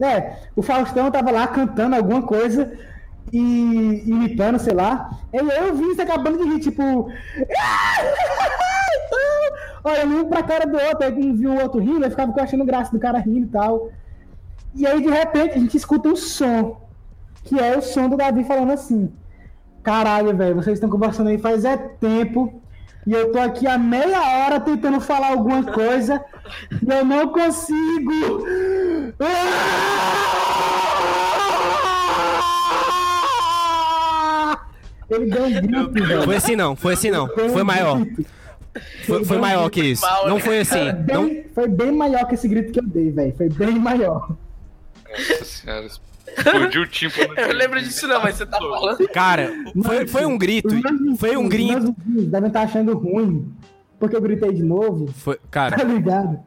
É, o Faustão tava lá cantando alguma coisa e imitando, sei lá. Eu, eu vi isso acabando de rir, tipo. tá". Olha, um pra cara do outro, aí um viu o outro rindo, eu ficava achando graça do cara rindo e tal. E aí, de repente, a gente escuta um som, que é o som do Davi falando assim: Caralho, velho, vocês estão conversando aí faz é tempo. E eu tô aqui há meia hora tentando falar alguma coisa e eu não consigo. Ah! Ele deu um grito, velho. Foi assim não, foi assim não. Deu um Foi maior. grito. Foi, foi maior que isso. Não foi assim. Cara, bem- Não... Foi bem maior que esse grito que eu dei, velho. Foi bem maior. Nossa senhora, explodiu o tímpano. Eu lembro disso não, mas você tá falando. Cara, foi, foi um grito. Os meus Foi um vizinhos- grito. Os meus vizinhos devem estar achando ruim, porque eu gritei de novo, Foi, tá cara, ligado?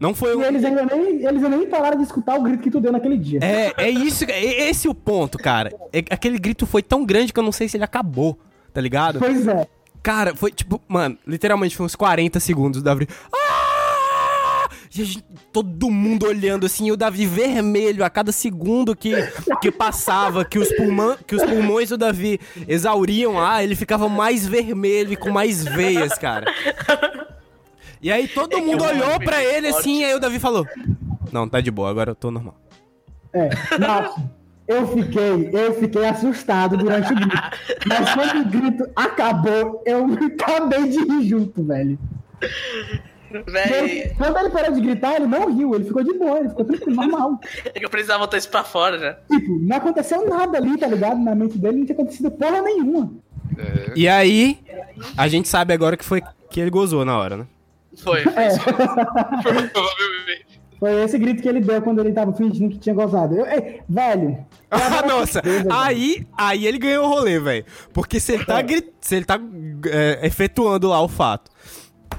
não foi E um. eles ainda, nem, eles ainda nem pararam de escutar o grito que tu deu naquele dia. É, é isso, é esse o ponto, cara. É- aquele grito foi tão grande que eu não sei se ele acabou, tá ligado? Pois é. Cara, foi tipo, mano, literalmente foi uns 40 segundos o Davi. Ah! E a gente- todo mundo olhando assim, e o Davi vermelho a cada segundo que, que passava, que os, pulmã, que os pulmões do Davi exauriam ar, ele ficava mais vermelho e com mais veias, cara. E aí todo mundo o olhou Davi pra é ele assim, e aí o Davi falou: Não, tá de boa, agora eu tô normal. É, Nath, eu fiquei, eu fiquei assustado durante o grito. Mas quando o grito acabou, eu acabei de rir junto, velho. Véi, É. Eu- Quando ele parou de gritar, ele não riu, ele ficou de boa, ele ficou tranquilo, normal. é que eu precisava botar isso pra fora, né? Tipo, não aconteceu nada ali, tá ligado? Na mente dele não tinha acontecido porra nenhuma. É. E aí, a gente sabe agora que foi que ele gozou na hora, né? Foi, foi É. isso. Provavelmente. Foi esse grito que ele deu quando ele tava fingindo que tinha gozado. Eu- ei, velho, Ah, nossa, certeza, aí, aí ele ganhou o rolê, velho. Porque se ele tá, gri- se ele tá é, efetuando lá o fato.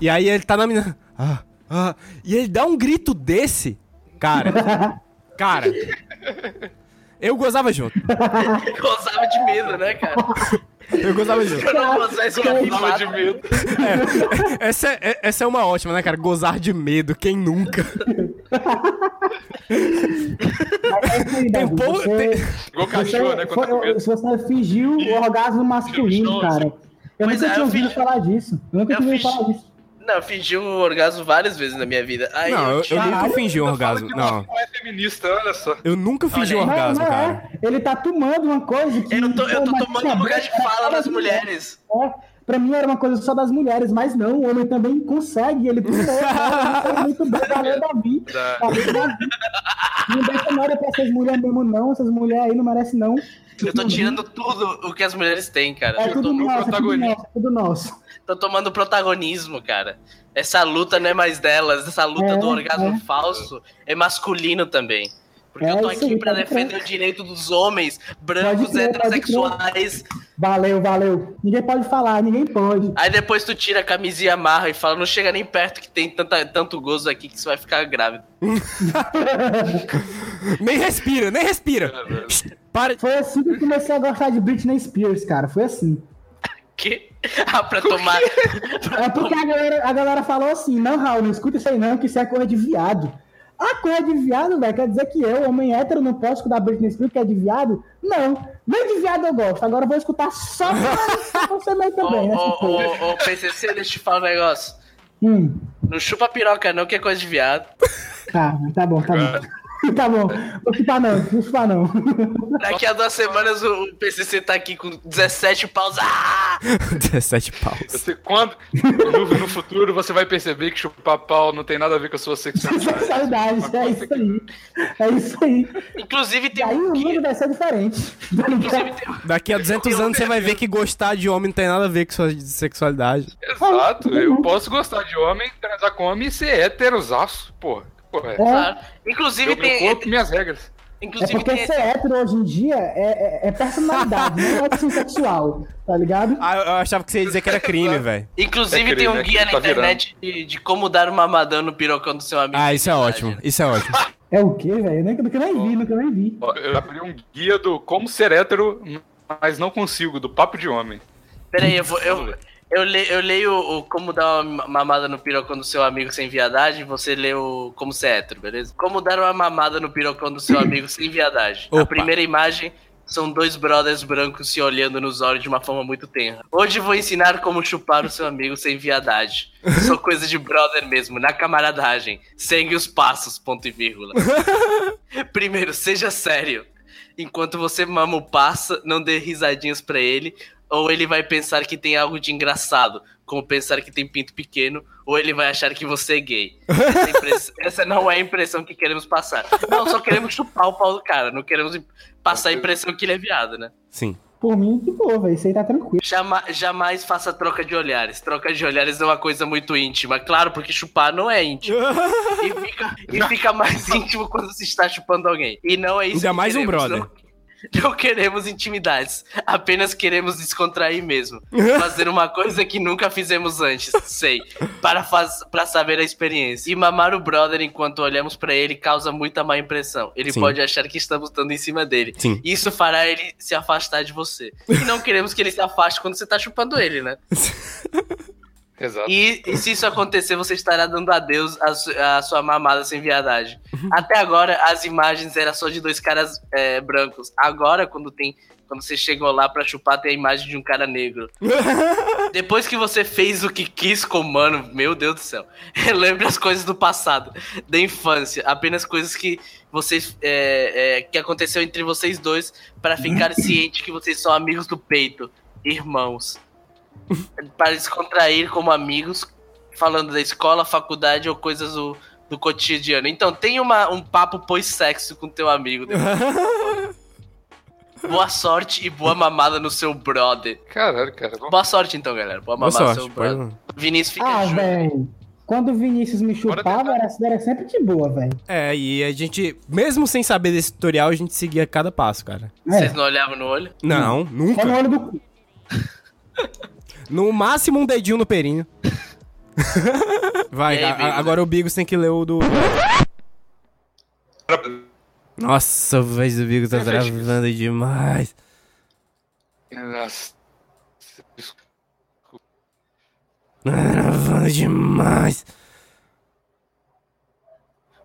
E aí ele tá na mina. Ah, ah, e ele dá um grito desse, cara. cara. Eu gozava junto. Gozava de medo, né, cara? Eu gozava junto. Eu não gozasse com a Tava de privada. medo. É, essa, é, é- essa é uma ótima, né, cara? Gozar de medo, quem nunca? é isso Tem aí, Davi, pouco- você- tem- Igual você cachorro, né? Quando tá com foi- medo. Se você fingiu o orgasmo masculino, Fingiu, cara. Eu Pois é, nunca eu tinha ouvido fingi- falar disso. Eu nunca eu tinha ouvido fingi- falar disso. Não, eu fingi um orgasmo várias vezes na minha vida. Aí Não, eu, eu, eu nunca fingi um Fala orgasmo. que Não. Não é feminista, olha só. Eu nunca fingi um aí. Não, orgasmo, não é. cara. Ele tá tomando uma coisa que. eu tô, eu tô Pô, mas tomando um tinha lugar de branco, fala era das só mulheres. mulher. É, pra mim era uma coisa só das mulheres, mas não, o homem também consegue, ele tomou. cara, ele foi muito bem, valeu, Davi. Dá. Valeu, Davi. Não deixa nada pra essas mulheres mesmo, não. Essas mulheres aí não merecem, não. Eu tô tirando tudo o que as mulheres têm, cara. É Eu tô, tudo no nosso, é tudo protagonismo. nosso, tudo nosso. tô tomando protagonismo, cara. Essa luta não é mais delas, essa luta É, do orgasmo é. falso é masculino também. Porque É eu tô isso aqui aí, pra pode defender o direito dos homens brancos, Pode crer, pode heterossexuais. Valeu, valeu. Ninguém pode falar, ninguém pode. Aí depois tu tira a camisa e amarra e fala, não chega nem perto que tem tanta, tanto gozo aqui que você vai ficar grávido. Nem respira, nem respira. Para. Foi assim que eu comecei a gostar de Britney Spears, cara. Foi assim. Que? Ah, pra tomar. É porque a galera, a galera falou assim: não, Raul, não escuta isso aí não, que isso é coisa de viado. Ah, coisa de viado, velho? Quer dizer que eu, homem hétero, não posso escutar Britney Spears porque é de viado? Não. Nem de viado eu gosto. Agora eu vou escutar só pra você meio Ô, também. né? ô, ô, ô, PCC, deixa eu te falar um negócio. Hum, Não chupa piroca, não, que é coisa de viado. tá, tá bom, tá bom. Tá bom, vou chupar não, vou chupar não. Daqui a duas semanas o PCC tá aqui com 17 paus. Ah! 17 paus. Você, quando, no, no futuro você vai perceber que chupar pau não tem nada a ver com a sua sexualidade. Sexualidade, é isso aí. É isso aí. Inclusive E tem aí o um mundo guia. vai ser diferente. Tá ligado? Inclusive tem um. Daqui a 200 anos você vai ver que gostar de homem não tem nada a ver com sua sexualidade. Exato. Eu posso gostar de homem, transar com homem e ser heterosaço, porra. Porra, é. É, Claro. Inclusive Eu, meu tem. corpo, minhas regras. é Inclusive porque tem. ser hétero hoje em dia é, é, é personalidade, não é opção sexual, tá ligado? Ah, eu eu achava que você ia dizer que era crime, velho. Inclusive É tem um crime, é guia crime, na tá virando. internet de, de como dar uma mamadão no pirocão do seu amigo. Ah, isso é ótimo. Isso é ótimo. É o quê, velho? Eu nem- Nunca nem vi, nunca nem vi. Ó, Eu abri um guia do como ser hétero, mas não consigo, do papo de homem. Pera aí, eu vou. Eu, eu, le- eu leio o como dar uma mamada no pirocão do seu amigo sem viadagem, você lê o como ser hétero, beleza? Como dar uma mamada no pirocão do seu amigo sem viadagem. A Opa. primeira imagem são dois brothers brancos se olhando nos olhos de uma forma muito tenra. Hoje vou ensinar como chupar o seu amigo sem viadagem. Só coisa de brother mesmo, na camaradagem. Segue os passos, ponto e vírgula. Primeiro, seja sério. Enquanto você mama o passa, não dê risadinhas pra ele, ou ele vai pensar que tem algo de engraçado, como pensar que tem pinto pequeno, ou ele vai achar que você é gay. Essa, impress- essa não é a impressão que queremos passar. Não, só queremos chupar o pau do cara, não queremos im- passar a impressão que ele é viado, né? Sim. Por mim, que boa, velho. Isso aí tá tranquilo. Jama- jamais faça troca de olhares. Troca de olhares é uma coisa muito íntima. Claro, porque chupar não é íntimo. E fica, e fica mais íntimo quando se está chupando alguém. E não é isso Ainda que mais um queremos, brother. Não, não queremos intimidades. Apenas queremos descontrair mesmo. Fazer uma coisa que nunca fizemos antes, sei. Para, faz, para saber a experiência. E mamar o brother enquanto olhamos pra ele causa muita má impressão. Ele Sim. pode achar que estamos dando em cima dele. Sim. Isso fará ele se afastar de você. E não queremos que ele se afaste quando você tá chupando ele, né? Exato. E, e se isso acontecer, você estará dando adeus à, su- à sua mamada sem viadagem. Até agora, as imagens eram só de dois caras é, brancos. Agora, quando tem. Quando você chegou lá pra chupar, tem a imagem de um cara negro. Depois que você fez o que quis com o mano, meu Deus do céu. Relembre as coisas do passado, da infância. Apenas coisas que vocês. é, é, que aconteceu entre vocês dois pra ficar ciente que vocês são amigos do peito. Irmãos para descontrair como amigos, falando da escola, faculdade ou coisas do, do cotidiano. Então, tem uma, um papo pós-sexo com teu amigo. boa sorte e boa mamada no seu brother. Caralho, cara. Vamos- Boa sorte, então, galera. Boa Boa mamada no sorte. seu brother. pode- Vinícius fica Ah, junto. velho. Quando o Vinícius me Bora chupava, tentar. era, era sempre de boa, velho. É, e a gente, mesmo sem saber desse tutorial, a gente seguia cada passo, cara. Hum. Vocês não olhavam no olho? Não, Só no nunca. olho do cu. No máximo um dedinho no perinho. Vai, E aí, a- a- Bigos? agora o Bigos tem que ler o do. Nossa, voz do Bigos tá travando demais. Nossa. Isso- Tá Travando demais.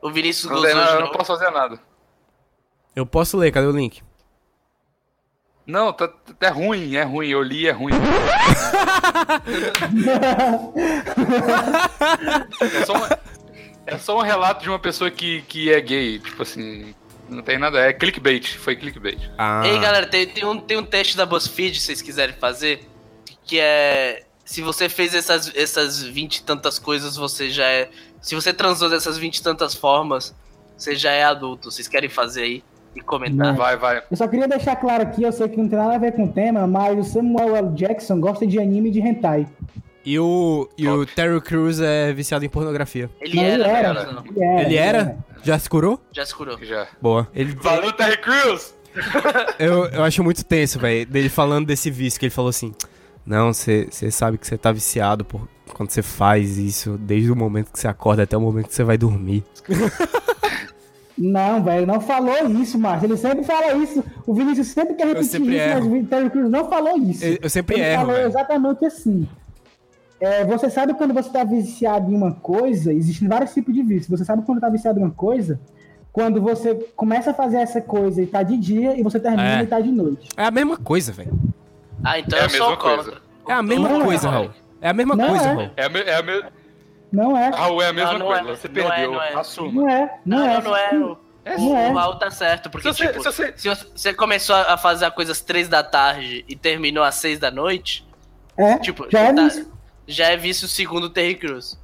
O Vinícius Não, gozou tem de nada, eu não novo. posso fazer nada. Eu posso ler, cadê o link? Não, tá, tá- é ruim, é ruim. Eu li, é ruim. é, só um, é só um relato de uma pessoa que, que é gay. Tipo assim, não tem nada. É clickbait. Foi clickbait. Ah, Ei, galera, tem, tem um, tem um teste da BuzzFeed, se vocês quiserem fazer, que é... Se você fez essas, essas 20 e tantas coisas, você já é... Se você transou dessas 20 e tantas formas, você já é adulto. Vocês querem fazer aí e comentar? Vai, vai. Eu só queria deixar claro aqui, eu sei que não tem nada a ver com o tema, mas o Samuel L. Jackson gosta de anime e de hentai. e o, e o Terry Crews é viciado em pornografia. Ele Não, é. ele era, era. né? Não, Ele era. Ele é. era? Já se curou? já se curou. Já. Boa. Ele, Valeu, Terry Crews! Eu, eu acho muito tenso, velho, dele falando desse vício, que ele falou assim: Não, você sabe que você tá viciado por quando você faz isso, desde o momento que você acorda até o momento que você vai dormir. Não, velho, não falou isso, Márcio. Ele sempre fala isso. O Vinícius sempre quer repetir sempre isso, erro. mas o Terry Crews não falou isso. Eu- eu sempre Ele erro, falou velho. exatamente assim. É, você sabe quando você tá viciado em uma coisa, existem vários tipos de vício. Você sabe quando tá viciado em uma coisa, quando você começa a fazer essa coisa e tá de dia, e você termina É. e tá de noite. É a mesma coisa, velho. Ah, então É a eu sou mesma coisa. alcoólatra. É a mesma Não é. coisa, Raul. É a mesma Não coisa, é. Raul. É a, me- é a me- Não é, Raul, é a mesma Não, não coisa. é. Você Não perdeu. é, não é. Assuma. não é, não Não, é. não, é. O, É o sim. Raul tá certo, porque Se você- tipo, se você- se você- você começou a fazer a coisa às três da tarde e terminou às seis da noite, É, tipo, já é tá- vício. já é vício segundo o Terry Cruz.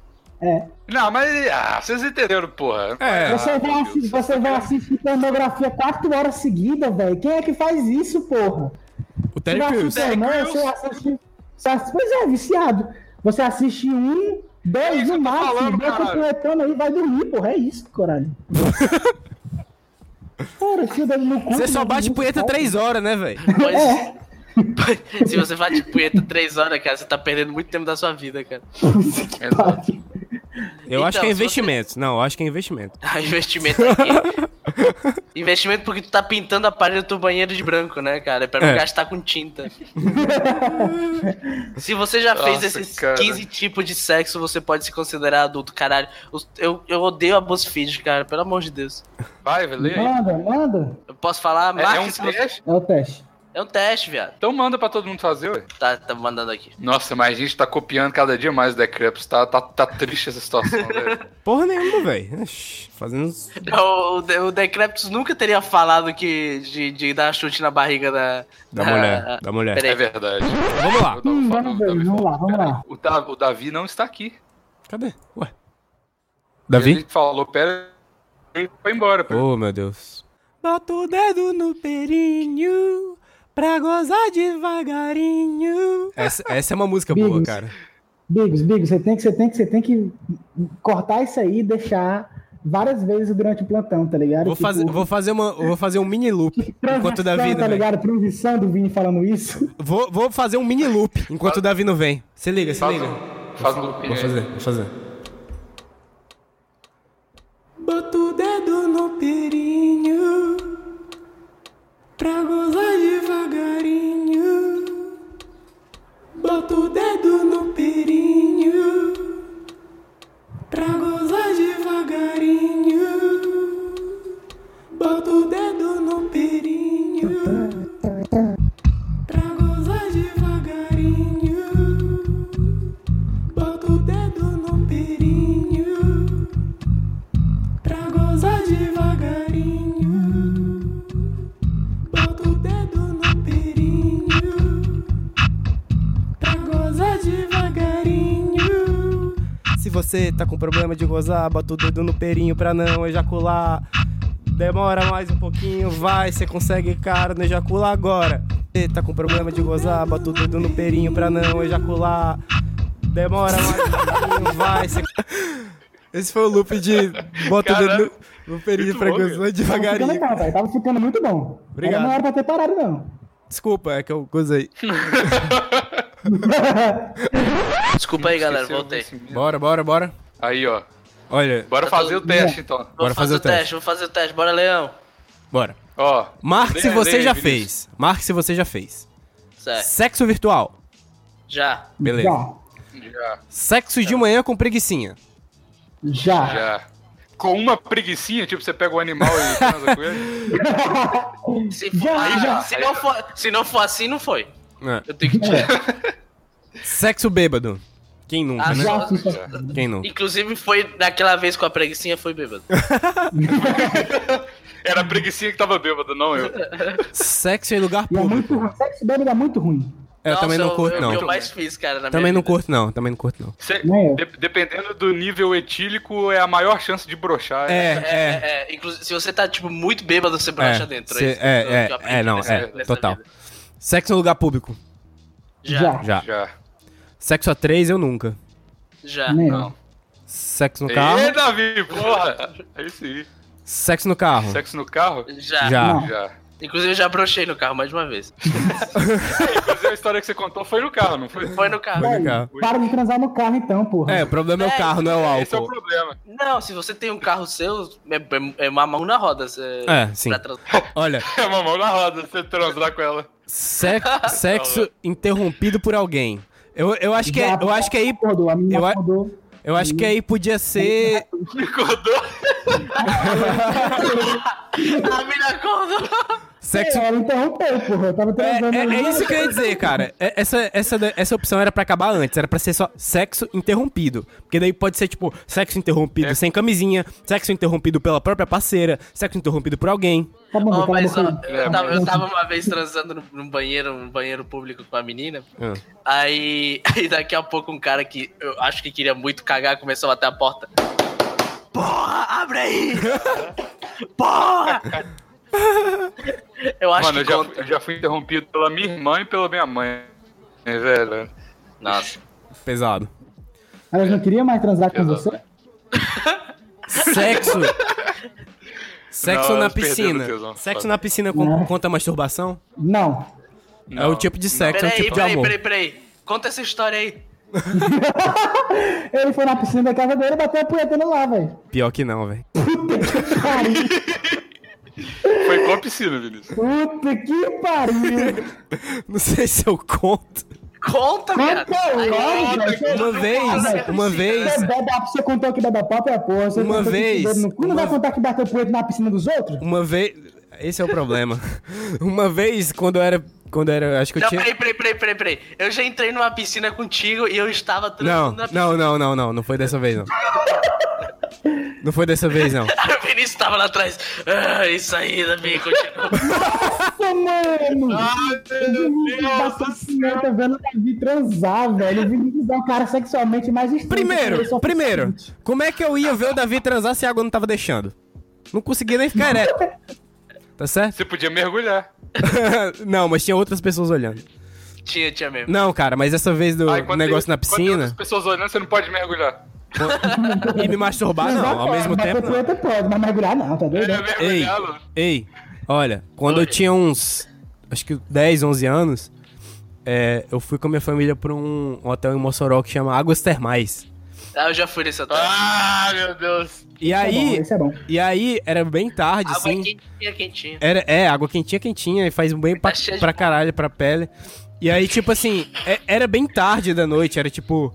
Não, mas ah, vocês entenderam, porra. tá. É. Você, vai meu assistir, Deus. você vai assistir pornografia quatro horas seguidas, velho. Quem é que faz isso, porra? O Você Terry vai Crews. assistir, não, Terry você assiste. Você assiste, pois é, viciado. Você assiste um, É dois, isso no que eu tô máximo, falando, vai caralho. completando aí, vai dormir, porra. É isso, caralho. Cara, tio dele no cu. Você só mano, bate isso, punheta cara. três horas, né, velho? É. Mas, se você faz de punheta três horas, cara, você tá perdendo muito tempo da sua vida, cara. Exato. Eu acho Então, que é se você- investimento. Não, eu acho que é investimento. Ah, investimento aqui. investimento porque tu tá pintando a parede do teu banheiro de branco, né, cara? Pra não É. gastar com tinta. se você já fez Nossa, esses cara. 15 tipos de sexo, você pode se considerar adulto, caralho. Os- Eu, eu odeio a BuzzFeed, cara, pelo amor de Deus. Vai, velho. lê aí. Manda, manda. Eu posso falar? É, é Marca um esse- é, teste? É o teste. um teste, viado. Então manda pra todo mundo fazer, ué. Tá, tá mandando aqui. Nossa, mas a gente tá copiando cada dia mais o Decreps. Tá, tá, tá triste essa situação, velho. Porra nenhuma, velho. Oxi, Fazendo uns... O, o, De- o Decreptus nunca teria falado que de, de dar chute na barriga da, Ah, Da mulher, da mulher. É Peraí. verdade. Vamos lá. Eu tava Hum, falando, vamos eu ver, tava vamos lá, vamos lá. falando. O, Da- o Davi não está aqui. Cadê? Ué. Ele falou, pera. Ele foi embora. pô. Oh, meu Deus. Bota o dedo no perinho pra gozar devagarinho. Essa, essa é uma música boa, Bigos. cara. Bigos, Bigos, você tem que, você tem que, você tem que cortar isso aí e deixar várias vezes durante o plantão, tá ligado? Vou Tipo, fazer, vou fazer, uma, vou fazer um mini loop enquanto o Davi transição, não tá vem. ligado? Transição do Vini falando isso. Vou, vou fazer um mini loop enquanto o Davi não vem. Se liga, se Faz liga. um, faz um looping Vou aí. fazer, vou fazer. Bota o dedo no perinho pra gozar devagarinho. Bota o dedo no perinho pra gozar devagarinho. Bota o dedo no perinho pra gozar devagarinho. Bota o dedo no perinho pra gozar devagarinho. Bota o dedo no perinho pra gozar devagarinho. Se você tá com problema de gozar, bota o dedo no perinho pra não ejacular. Demora mais um pouquinho, vai, você consegue, cara, não ejacula agora. Você tá com problema de gozar, bota o dedo no perinho pra não ejacular. Demora mais um pouquinho, vai, você... Esse foi o loop de bota o Caralho, dedo no, no perinho muito pra bom, cara. gozar Tava Tá ficando devagarinho. legal, velho. Tava ficando muito bom. Obrigado. Era, não era pra ter parado, não. Desculpa, é que eu gozei. Desculpa aí, galera, É. Esqueceu voltei. desse menino. Bora, bora, bora. Aí, ó. Olha, Bora Tá fazer o todo- teste, então. Vou Bora fazer fazer o o teste, teste. vou fazer o teste. Bora, Leão. bora. Ó. Marque se Leia, você leia, já é, Vinícius. fez. Marque se você já fez. Certo, Sexo virtual. já. Beleza. Já, Sexo de manhã com preguiçinha. Já, já. já. Com uma preguiçinha, tipo, você pega o animal e transa com ele. Se, for- Já, aí, já. se não for, se não for assim, não foi. É. Eu tenho que tirar. Sexo bêbado. Quem nunca, Ah, né? só- Já fiz isso. Quem nunca? Inclusive, foi daquela vez com a preguiçinha, foi bêbado. Era a preguiçinha que tava bêbado, não eu. Sexo em lugar E é público. muito ruim. Sexo bêbado é muito ruim. Eu também não curto, eu, não. é Eu, eu mais fiz, cara, na Também minha não vida. curto, não. Também não curto, não. Cê- Né? de- dependendo do nível etílico, é a maior chance de né? brochar. É, é. É, é, inclusive, se você tá, tipo, muito bêbado, você brocha É, dentro. cê- isso é, que eu- é, que eu aprendi é, não, nessa- é, nessa total. vida. Sexo em lugar público. Já, Já. Já. Já. Sexo a três, eu nunca. já. Né? Não. Sexo no carro. Ê, Davi, porra! É Aí sim. Sexo no carro. Sexo no carro? Já. Já. Não. Já. Inclusive, eu já brochei no carro mais de uma vez. Mas a história que você contou foi no carro, não foi? Foi no carro. Foi no carro. Para de transar no carro então, porra. É, o problema é o carro, não é o Esse é o álcool. problema. Não, se você tem um carro seu, é, é- é uma mão na roda. você- É, sim. pra trans- Olha, É uma mão na roda você transar com ela. sex- sexo interrompido por alguém. Eu, eu acho que é, eu acho que aí Acordou, a menina Eu a- acordou. eu acho que aí podia ser Acordou. A mina acordou. sexo Ela interrompeu, porra. Eu tava É, transando. é- ali. é isso que eu ia dizer, cara. É- Essa, essa, essa opção era pra acabar antes, era pra ser só sexo interrompido. Porque daí pode ser, tipo, sexo interrompido É. sem camisinha, sexo interrompido pela própria parceira, sexo interrompido por alguém. Tá bom, cala Ó, a mas ó, boca aí. eu, tava, eu tava uma vez transando num- num banheiro, num banheiro público com a menina. Ah. Aí, aí daqui a pouco um cara que eu acho que queria muito cagar começou a bater a porta. Porra, abre aí! Porra! Eu acho Mano, eu que já, conta. fui- eu já fui interrompido pela minha irmã e pela minha mãe. É, velho. Nossa. Pesado. Elas não queriam mais transar com Exato. você? Sexo. Sexo Não, na elas perderam o piscina. tesão. Sexo na piscina Né? con- conta masturbação? Não. É Não. o tipo de sexo, é o Peraí, tipo de peraí, amor. peraí, peraí. Conta essa história aí. Ele foi na piscina da casa dele e bateu a punhetona lá, velho. Pior que não, velho. Puta que pariu. Foi com a piscina, Vinícius. Puta que pariu. Não sei se eu conto. Conta, Como cara. que é o nome, olha, velho? Uma vez, uma vez. Você bebe a- Você contou que bebe a papo é a porra. Você Uma contou que vez, se bebe no cu, não uma- vai contar que bateu punheta na piscina dos outros? Uma vez. Esse é o problema. Uma vez, quando eu era. Quando eu era. Acho que eu Não, tinha. peraí, peraí, peraí, peraí, peraí. Eu já entrei numa piscina contigo e eu estava Não, transando na piscina. não, não, não, não. Não foi dessa vez, não. Não foi dessa vez, não. O Vinícius tava lá atrás. Ah, isso aí, Davi, continua. Nossa, mano! Ah, Deus do Tá vendo o Davi transar, velho. O Vinícius é um cara sexualmente mais estranho. que eu Primeiro, sou primeiro, fisicamente. como é que eu ia ver o Davi transar se a água não tava deixando? Não conseguia nem ficar ereto. Tá certo? Você podia mergulhar. não, mas tinha outras pessoas olhando. tinha, tinha mesmo. Não, cara, mas essa vez do Aí, quando negócio tem- na quando tem outras piscina pessoas olhando, você não pode mergulhar. e me masturbar, não. Transar Ao pode, mesmo bater tempo, não. punheta pode, mas mergulhar não, tá É, doido? Ei, mergulhar, mano. ei, olha, quando eu tinha uns, acho que 10, 11 anos, é, eu fui com a minha família pra um hotel em Mossoró que chama Águas Termais. Ah, eu já fui nesse hotel. Ah, meu Deus. E aí, Esse é bom, esse E aí, era bem tarde, Água assim. quentinha, quentinha. Era, é, água quentinha, quentinha, e faz bem pra, cheia de pra caralho, pra pele. E aí, tipo assim, é- era bem tarde da noite, era tipo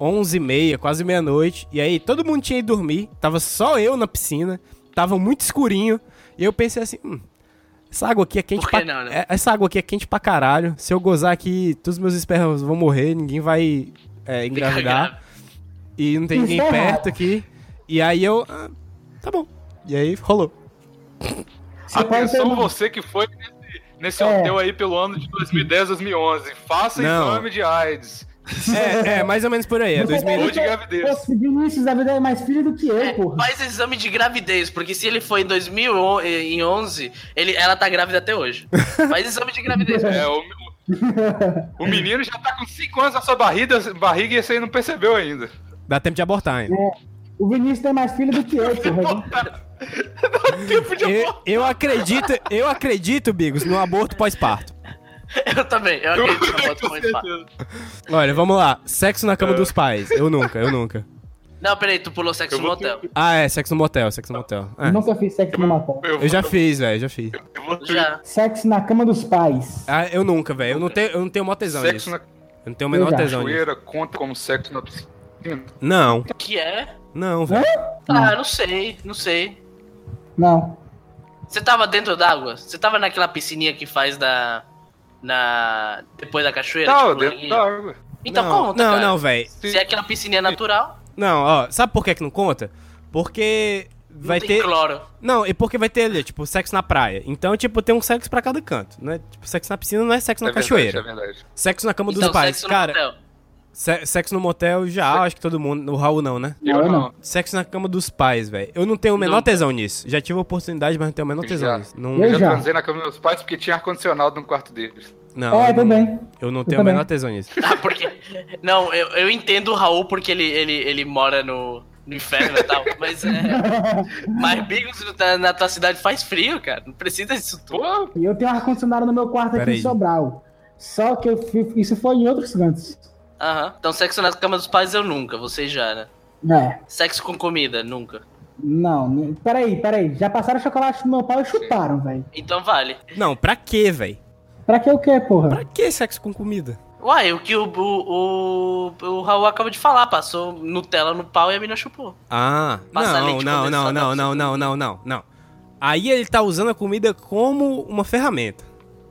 11 e meia, quase meia-noite. E aí, todo mundo tinha ido dormir, tava só eu na piscina, tava muito escurinho. E eu pensei assim, hum, essa água aqui é quente Por que pra... não, né? é- Essa água aqui é quente pra caralho. Se eu gozar aqui, todos os meus espermas vão morrer, ninguém vai é, engravidar. grávida. E não tem Isso ninguém é errado. perto aqui. E aí eu... ah, tá bom. E aí, rolou. Você pode ter Atenção uma- é você que foi nesse, nesse É. hotel aí pelo ano de 2010, 2011. Faça Não. exame de AIDS. É, é, mais ou menos por aí. É Você 2000. Ou de gravidez. Esse Vinícius, a vida é mais filho do que eu, porra. Faz exame de gravidez, porque se ele foi em 2011, eh, ele, ela tá grávida até hoje. Faz exame de gravidez. É, o, o menino já tá com 5 anos na sua barriga, barriga e você não percebeu ainda. Dá tempo de abortar ainda. O Vinícius é mais filho do que eu, porra. Tempo de Eu, amor. eu acredito, eu acredito, Bigos, no aborto pós-parto. Eu também, eu acredito na foto Com muito fácil. certeza. Olha, vamos lá. Sexo na É. cama dos pais. Eu nunca, eu nunca. Não, peraí, tu pulou sexo Eu no vou ter- hotel. Ah, é, sexo no motel, sexo no motel. É. Nunca fiz sexo no motel. Eu já fiz, velho, já fiz. eu vou- Já. Sexo na cama dos pais. Ah, eu nunca, velho. Eu não tenho, eu não tenho mó tesão Sexo nisso. na Eu não tenho o menor Eu já tesão nisso. cachoeira conta como sexo na piscina. Não, Que é? não, velho. Ah, não sei, não sei. Não. Você tava dentro d'água? Você tava naquela piscininha que faz da. Na. Depois da cachoeira? Tá, tipo, dentro laguinho? da água. É Então não, conta. Não, cara. não, velho. Se é aquela piscininha natural, Não, ó, sabe por que que não conta? Porque não vai tem ter... cloro. Não, e porque vai ter ali, tipo, sexo na praia. Então, tipo, tem um sexo pra cada canto, né? Tipo, sexo na piscina não é sexo na É verdade, cachoeira. é verdade. Sexo na cama dos Então, pais. sexo no Cara, hotel. se- sexo no motel já, acho que todo mundo. O Raul não, né? Não, Eu eu não. Sexo na cama dos pais, velho. Eu não tenho o menor Não. tesão nisso. Já tive a oportunidade, mas não tenho o menor tesão Já. nisso. Não, Eu Eu já já. transei na cama dos meus pais porque tinha ar-condicionado no quarto deles. não, É, eu não- também. Eu não Eu tenho o também. menor tesão nisso. Ah, porque. Não, eu, eu entendo o Raul porque ele, ele, ele mora no, no inferno e tal, mas é. Mas Bigos na, na tua cidade faz frio, cara. Não precisa disso tudo. Pô, E eu tenho um ar-condicionado no meu quarto aqui Peraí. em Sobral. Só que eu fui- isso foi em outros cantos. Aham. Então, sexo na cama dos pais eu nunca, vocês já, né? É. Sexo com comida, nunca. Não, né? peraí, peraí. Já passaram chocolate no meu pau e chutaram, velho. Então vale. Não, pra quê, velho? Pra que o quê, porra? Pra que sexo com comida? Uai, o que o, o, o, o Raul acaba de falar, passou Nutella no pau e a mina chupou. Ah, Passa não, leite não, não, condensado não, assim. na não, sua não, não, não, não. Aí ele tá usando a comida como uma ferramenta.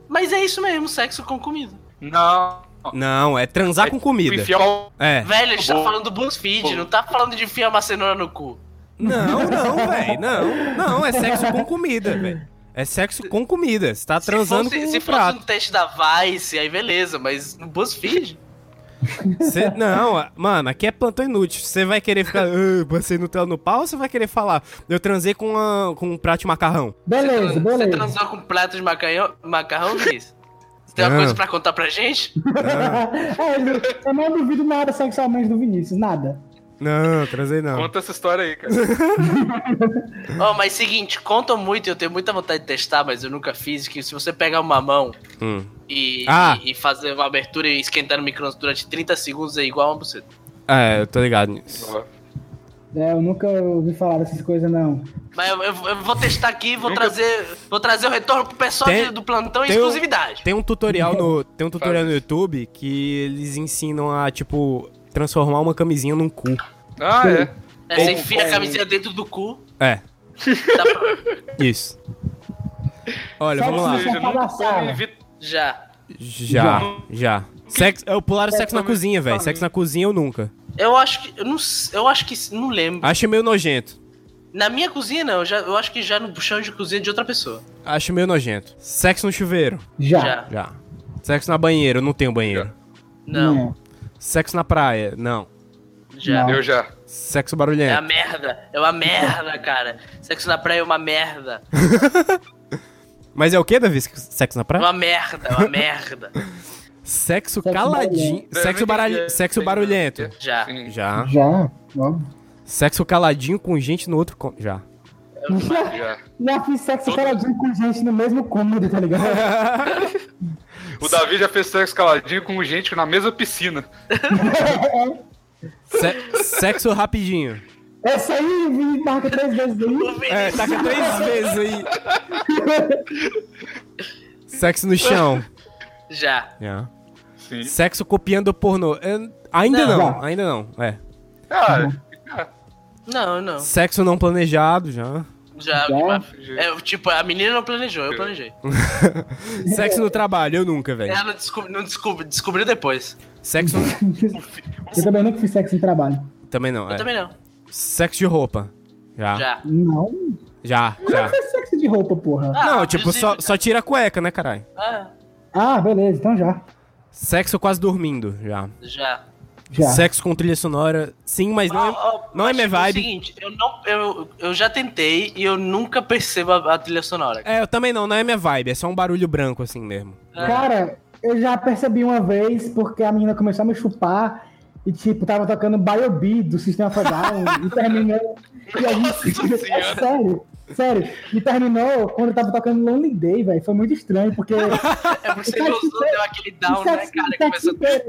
Mas é isso mesmo, sexo com comida. Não. Não, é transar com comida. Enfiar o- É. Velho, a gente tá Boa. falando do BuzzFeed, não tá falando de enfiar uma cenoura no cu. Não, não, velho, não. Não, é sexo com comida, velho. É sexo com comida. Você tá transando se fosse, com se um fosse prato. um teste da Vice, aí beleza, mas no BuzzFeed? Cê- não, a- mano, aqui é plantão inútil. Você vai querer ficar, "Ah, passei Nutella no pau ou você vai querer falar, eu transei com, uma- com um prato de macarrão? Beleza, você, tran- você beleza. transou com prato de macarrão, macarrão Vinícius? Você tem uma Ah. coisa pra contar pra gente? é, eu, não- eu não duvido nada sexualmente do Vinícius, nada. Não, transei não. Conta essa história aí, cara. Ó, mas seguinte, contam muito, eu tenho muita vontade de testar, mas eu nunca fiz, que se você pegar uma mão Hum. e, Ah. e- e fazer uma abertura e esquentar no micro durante 30 segundos é igual a uma buceta. É, eu tô ligado nisso. É, eu nunca ouvi falar dessas coisas, não. Mas eu, eu- eu vou testar aqui, vou Nunca- trazer vou trazer o retorno pro pessoal Tem- de- do plantão em tem um- exclusividade. Tem um tutorial no, tem um tutorial no YouTube que eles ensinam a, tipo, transformar uma camisinha num cu. Ah, é. É, um você enfia a camisinha dentro do cu. É, dá pra- isso. Olha, Sexo vamos lá. Ou seja, nunca Palhaçada. foi evit- Já. Já, já. Sexo, eu pularam sexo na também- cozinha, velho. Sexo na cozinha eu nunca. Eu acho que. Eu não, s- eu acho que. s- Não lembro. Acho meio nojento. Na minha cozinha, não. Eu, já, eu acho que já no chão de cozinha de outra pessoa. Acho meio nojento. Sexo no chuveiro. Já. Já. Já. Sexo na banheira, eu não tenho banheiro. Né? Não. Sexo na praia, não. Já. Eu já. Sexo É uma barulhento. merda. É uma merda, cara. Sexo na praia é uma merda. Mas é o que, Davi? Sexo na É praia? uma merda, é uma merda. Sexo Sexo caladinho. barulhento. Sexo, baralho... Sexo barulhento. Já. Sim. Já. Já? Óbvio. Sexo caladinho com gente no outro cômodo. Já. já. Já fiz sexo caladinho com gente no mesmo cômodo, tá ligado? O Davi já fez sexo caladinho com gente na mesma piscina. Se- sexo rapidinho. Essa aí, Vini, marca três vezes aí. É, taca três vezes aí. Sexo no chão. Já. Já. Sim. Sexo copiando pornô. É, ainda não, Não. ainda não. É. Ah, Não, não. Sexo não planejado já. Já. Então? Já. É, tipo, a menina não planejou, eu planejei. Sexo no trabalho, eu nunca, velho. Ela não, descob- não descob- descobriu depois. Sexo. Eu também nunca fiz sexo no trabalho. Também não. Eu é. também não. Sexo de roupa. Já. Já. Já. Não. Já. Não fez sexo de roupa, porra. Ah, Não, tipo, só, inclusive- só tira a cueca, né, caralho? Ah, Ah, beleza, então já. Sexo quase dormindo, já. já. Já. Sexo com trilha sonora, sim, mas não é, Ó, ó, não é acho minha que o vibe. seguinte, eu, não, eu, eu já tentei e eu nunca percebo a, a trilha sonora. É, eu também não, não é minha vibe, é só um barulho branco assim mesmo. Cara, eu já percebi uma vez porque a menina começou a me chupar e, tipo, tava tocando Biobi do Sistema Fadal e terminou. E a gente. É sério. Sério, e terminou quando eu tava tocando Lonely Day, velho. Foi muito estranho, porque. né, É porque Eu você acho gostou, que- deu aquele down, o né, sexo, o cara? sexo Começou... inteiro.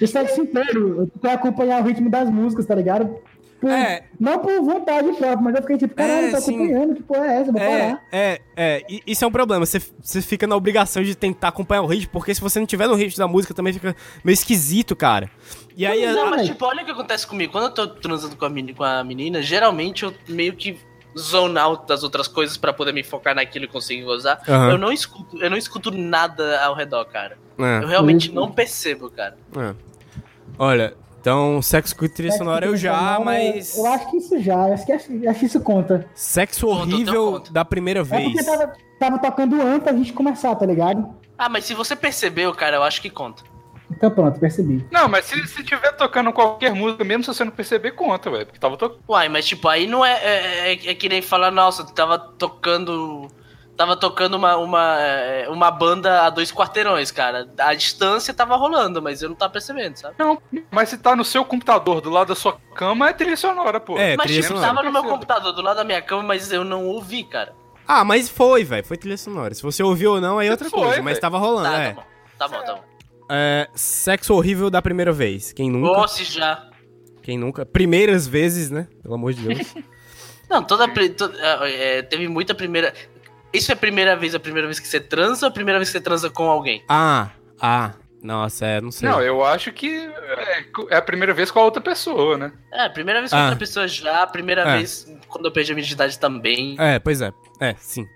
O sexo inteiro. Eu tentei acompanhar o ritmo das músicas, tá ligado? Por- É. Não por vontade própria, mas eu fiquei tipo, caralho, É, tô sim. acompanhando, que porra é essa? Vou É, parar. é, é, e- isso é um problema, você, você fica na obrigação de tentar acompanhar o ritmo, porque se você não tiver no ritmo da música também fica meio esquisito, cara. E aí, Não, a- mas velho. tipo, olha o que acontece comigo. Quando eu tô transando com a, meni- com a menina, geralmente eu meio que zone out das outras coisas pra poder me focar naquilo e conseguir gozar. Aham. Eu não escuto, eu não escuto nada ao redor, cara. Eu é, realmente não percebo, cara. é. olha, então sexo com trilha sonora eu já, É, Sonora, mas Eu acho que isso já, eu acho que, acho que isso conta. sexo Conta, então horrível conta. da primeira É vez. porque tava, tava tocando antes da gente começar, tá ligado? Ah, mas se você percebeu, cara, eu acho que conta. Então pronto, percebi. Não, mas se, se tiver tocando qualquer música, mesmo se você não perceber, conta, velho. Porque tava tocando. Uai, mas tipo, aí não é, é, é- é que nem falar, nossa, tu tava tocando. Tava tocando uma, uma, é, uma banda a dois quarteirões, cara. A distância tava rolando, mas eu não tava percebendo, sabe? Não, mas se tá no seu computador, do lado da sua cama, é trilha sonora, pô. É, mas trilha tipo, sonora. tava no meu Percebo. computador, do lado da minha cama, mas eu não ouvi, cara. Ah, mas foi, velho, foi trilha sonora. Se você ouviu ou não, aí é outra Foi, coisa, mas velho. tava rolando, Tá, é. tá bom. Tá bom, tá bom. É, sexo horrível da primeira vez. Quem nunca? Nossa, já. Quem nunca? Primeiras vezes, né? Pelo amor de Deus. Não, toda. pri- to- é, é, teve muita primeira. Isso é a primeira vez, a primeira vez que você transa ou a primeira vez que você transa com alguém? ah, ah. Nossa, é, não sei. Não, eu acho que é, é a primeira vez com a outra pessoa, né? É, a primeira vez com Ah. outra pessoa já, a primeira É. vez quando eu perdi a minha identidade também. É, pois é. É, sim.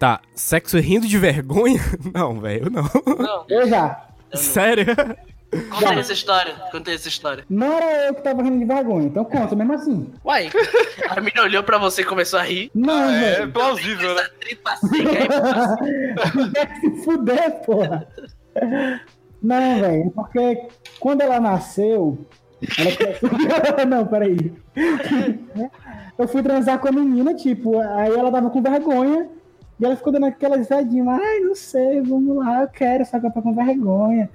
Tá, sexo rindo de vergonha? Não, velho, não. Não, Eu já. Sério? conta aí essa história, conta aí essa história. Não era eu que tava rindo de vergonha, então conta, mesmo assim. Uai, a menina olhou pra você e começou a rir. Não, É velho. plausível, né? Essa tripa seca aí, Deve se fuder, porra. Não, velho, é porque quando ela nasceu. Ela cresceu- Não, peraí. Eu fui transar com a menina, tipo, aí ela tava com vergonha. E ela ficou dando aquela risadinha, ai, não sei, vamos lá, eu quero, só que eu tô com vergonha.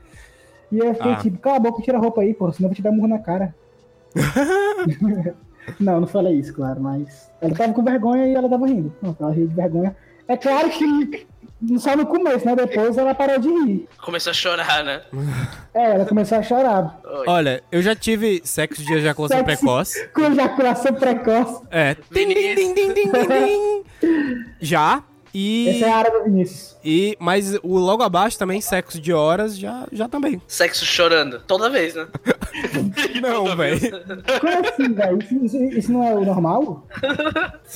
E eu fiquei Ah. tipo, cala a boca e tira a roupa aí, porra, senão eu vou te dar murro na cara. Não, não falei isso, claro, mas. Ela tava com vergonha e ela tava rindo. Não, ela riu de vergonha. É claro que só no começo, né? Depois ela parou de rir. começou a chorar, né? É, ela começou a chorar. Olha, eu já tive sexo de ejaculação Sexo. precoce. Com ejaculação precoce. É. Din, din, din, din, din, din, din. Já. E, Essa é a área do Vinícius. e. Mas o logo abaixo também, sexo de horas, já, já também. Sexo chorando, toda vez, né? Não, velho. Como assim, velho? Isso, isso- isso não é o normal?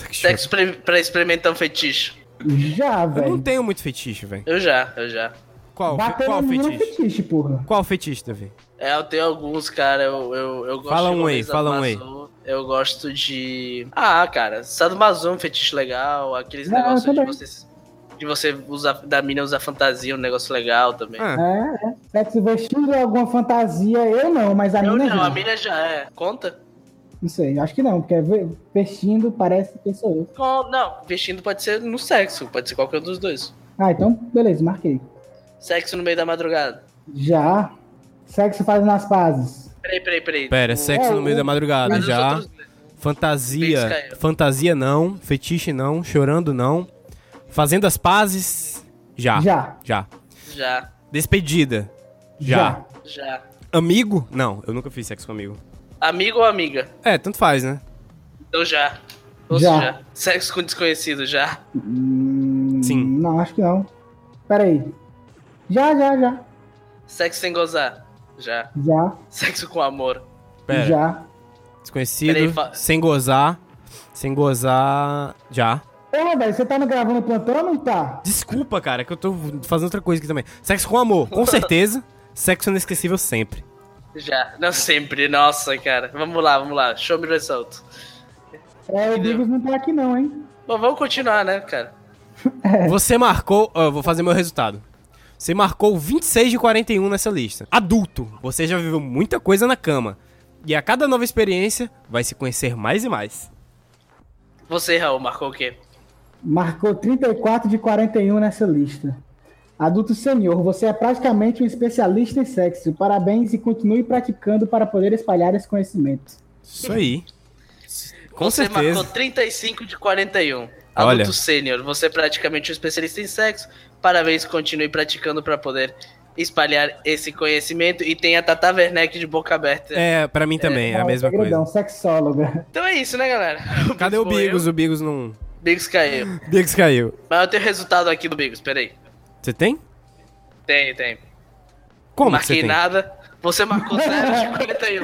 Sexo pre- pra experimentar um fetiche. Já, Eu não velho. tenho É muito fetiche, velho. Eu já, eu já. Qual, Bater na qual menina é fetiche? fetiche, porra. Qual fetiche, Davi? É, eu tenho alguns, cara. Eu, eu, eu gosto Fala de um aí, homens fala um sadomaso, Eu gosto de. Ah, cara, sadomaso é um fetiche legal. Aqueles Não, eu negócios de Ah, também. você, de você usar. Da mina usar fantasia, um negócio legal também. Ah, É, é. Sexo vestido é alguma fantasia? Eu não, mas a eu mina não, já. a mina já é. Conta? Não sei, acho que não, porque é ve- vestindo parece que sou eu. Com- não, vestindo pode ser no sexo, pode ser qualquer um dos dois. Ah, então, beleza, marquei. Sexo no meio da madrugada. Já. Sexo faz nas pazes. Peraí, peraí, peraí. pera, O- sexo no meio da madrugada, Mas os já. outros- Isso, Fantasia. cara. Fantasia não. Fetiche não. Chorando não. Fazendo as pazes. Já. Já. Já. Já, Despedida. Já. já. Amigo? Não, eu nunca fiz sexo com amigo. Amigo ou amiga? É, tanto faz, né? Eu já. Ou Já. já. Sexo com desconhecido, já. Hum, Sim. Não, acho que não. Peraí. Já, já, já. Sexo sem gozar, já. Já, Sexo com amor. Pera. já. Desconhecido. Peraí, fa- Sem gozar. Sem gozar. Já. Ô, velho, você tá no gravando plantão ou não tá? Desculpa, cara, que eu tô fazendo outra coisa aqui também. Sexo com amor, com certeza. Sexo é inesquecível sempre. Já. Não sempre, nossa, cara. Vamos lá, vamos lá. Show me result. É, o Entendeu? Bigos não tá aqui não, hein? Bom, vamos continuar, né, cara? Você marcou. ó, eu vou fazer meu resultado. Você marcou 26 de 41 nessa lista. Adulto, você já viveu muita coisa na cama. E a cada nova experiência, vai se conhecer mais e mais. Você, Raul, marcou o quê? Marcou 34 de 41 nessa lista. Adulto senior, você é praticamente um especialista em sexo. Parabéns e continue praticando para poder espalhar esse conhecimento. Isso aí. Com você certeza. marcou 35 de 41. Adulto Olha. sênior, você é praticamente um especialista em sexo. Parabéns, continue praticando pra poder espalhar esse conhecimento. E tem a Tata Werneck de boca aberta. É, pra mim também, é a Ah, mesma segredão, coisa. sexóloga. Então é isso, né, galera? Cadê o morreu, Bigos? O Bigos não. Bigos caiu. Bigos caiu. Mas eu tenho resultado aqui do Bigos, peraí. Você tem? Tem, tem. Como que Marquei você tem? nada. Você marcou 0 de 41.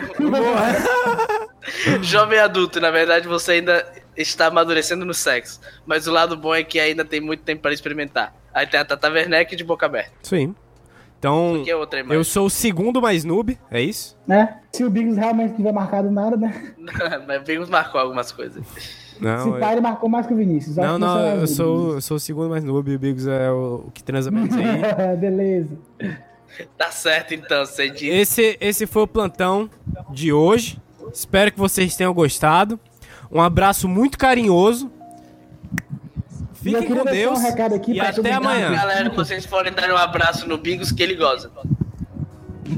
Jovem adulto, na verdade você ainda está amadurecendo no sexo. Mas o lado bom é que ainda tem muito tempo para experimentar. Aí tem a Tata Werneck de boca aberta. Isso aí. Então, Que é outra imagem. eu sou o segundo mais noob, é isso? Né? Se o Bigos realmente não tiver marcado nada, né? Mas o Bigos marcou algumas coisas. Não, Se eu- pá, ele marcou mais que o Vinícius. Acho Não, que não, você vai eu ver, sou, eu sou o segundo mais noob, o Bigos é o, o que transa menos aí. Vinícius. Beleza. Tá certo então, Sandy. Esse, esse foi o plantão de hoje. Espero que vocês tenham gostado. Um abraço muito carinhoso. E eu Fiquem queria com deixar um Deus. recado aqui e pra todo até mundo. amanhã. Galera, vocês forem dar um abraço no Bigos que ele goza.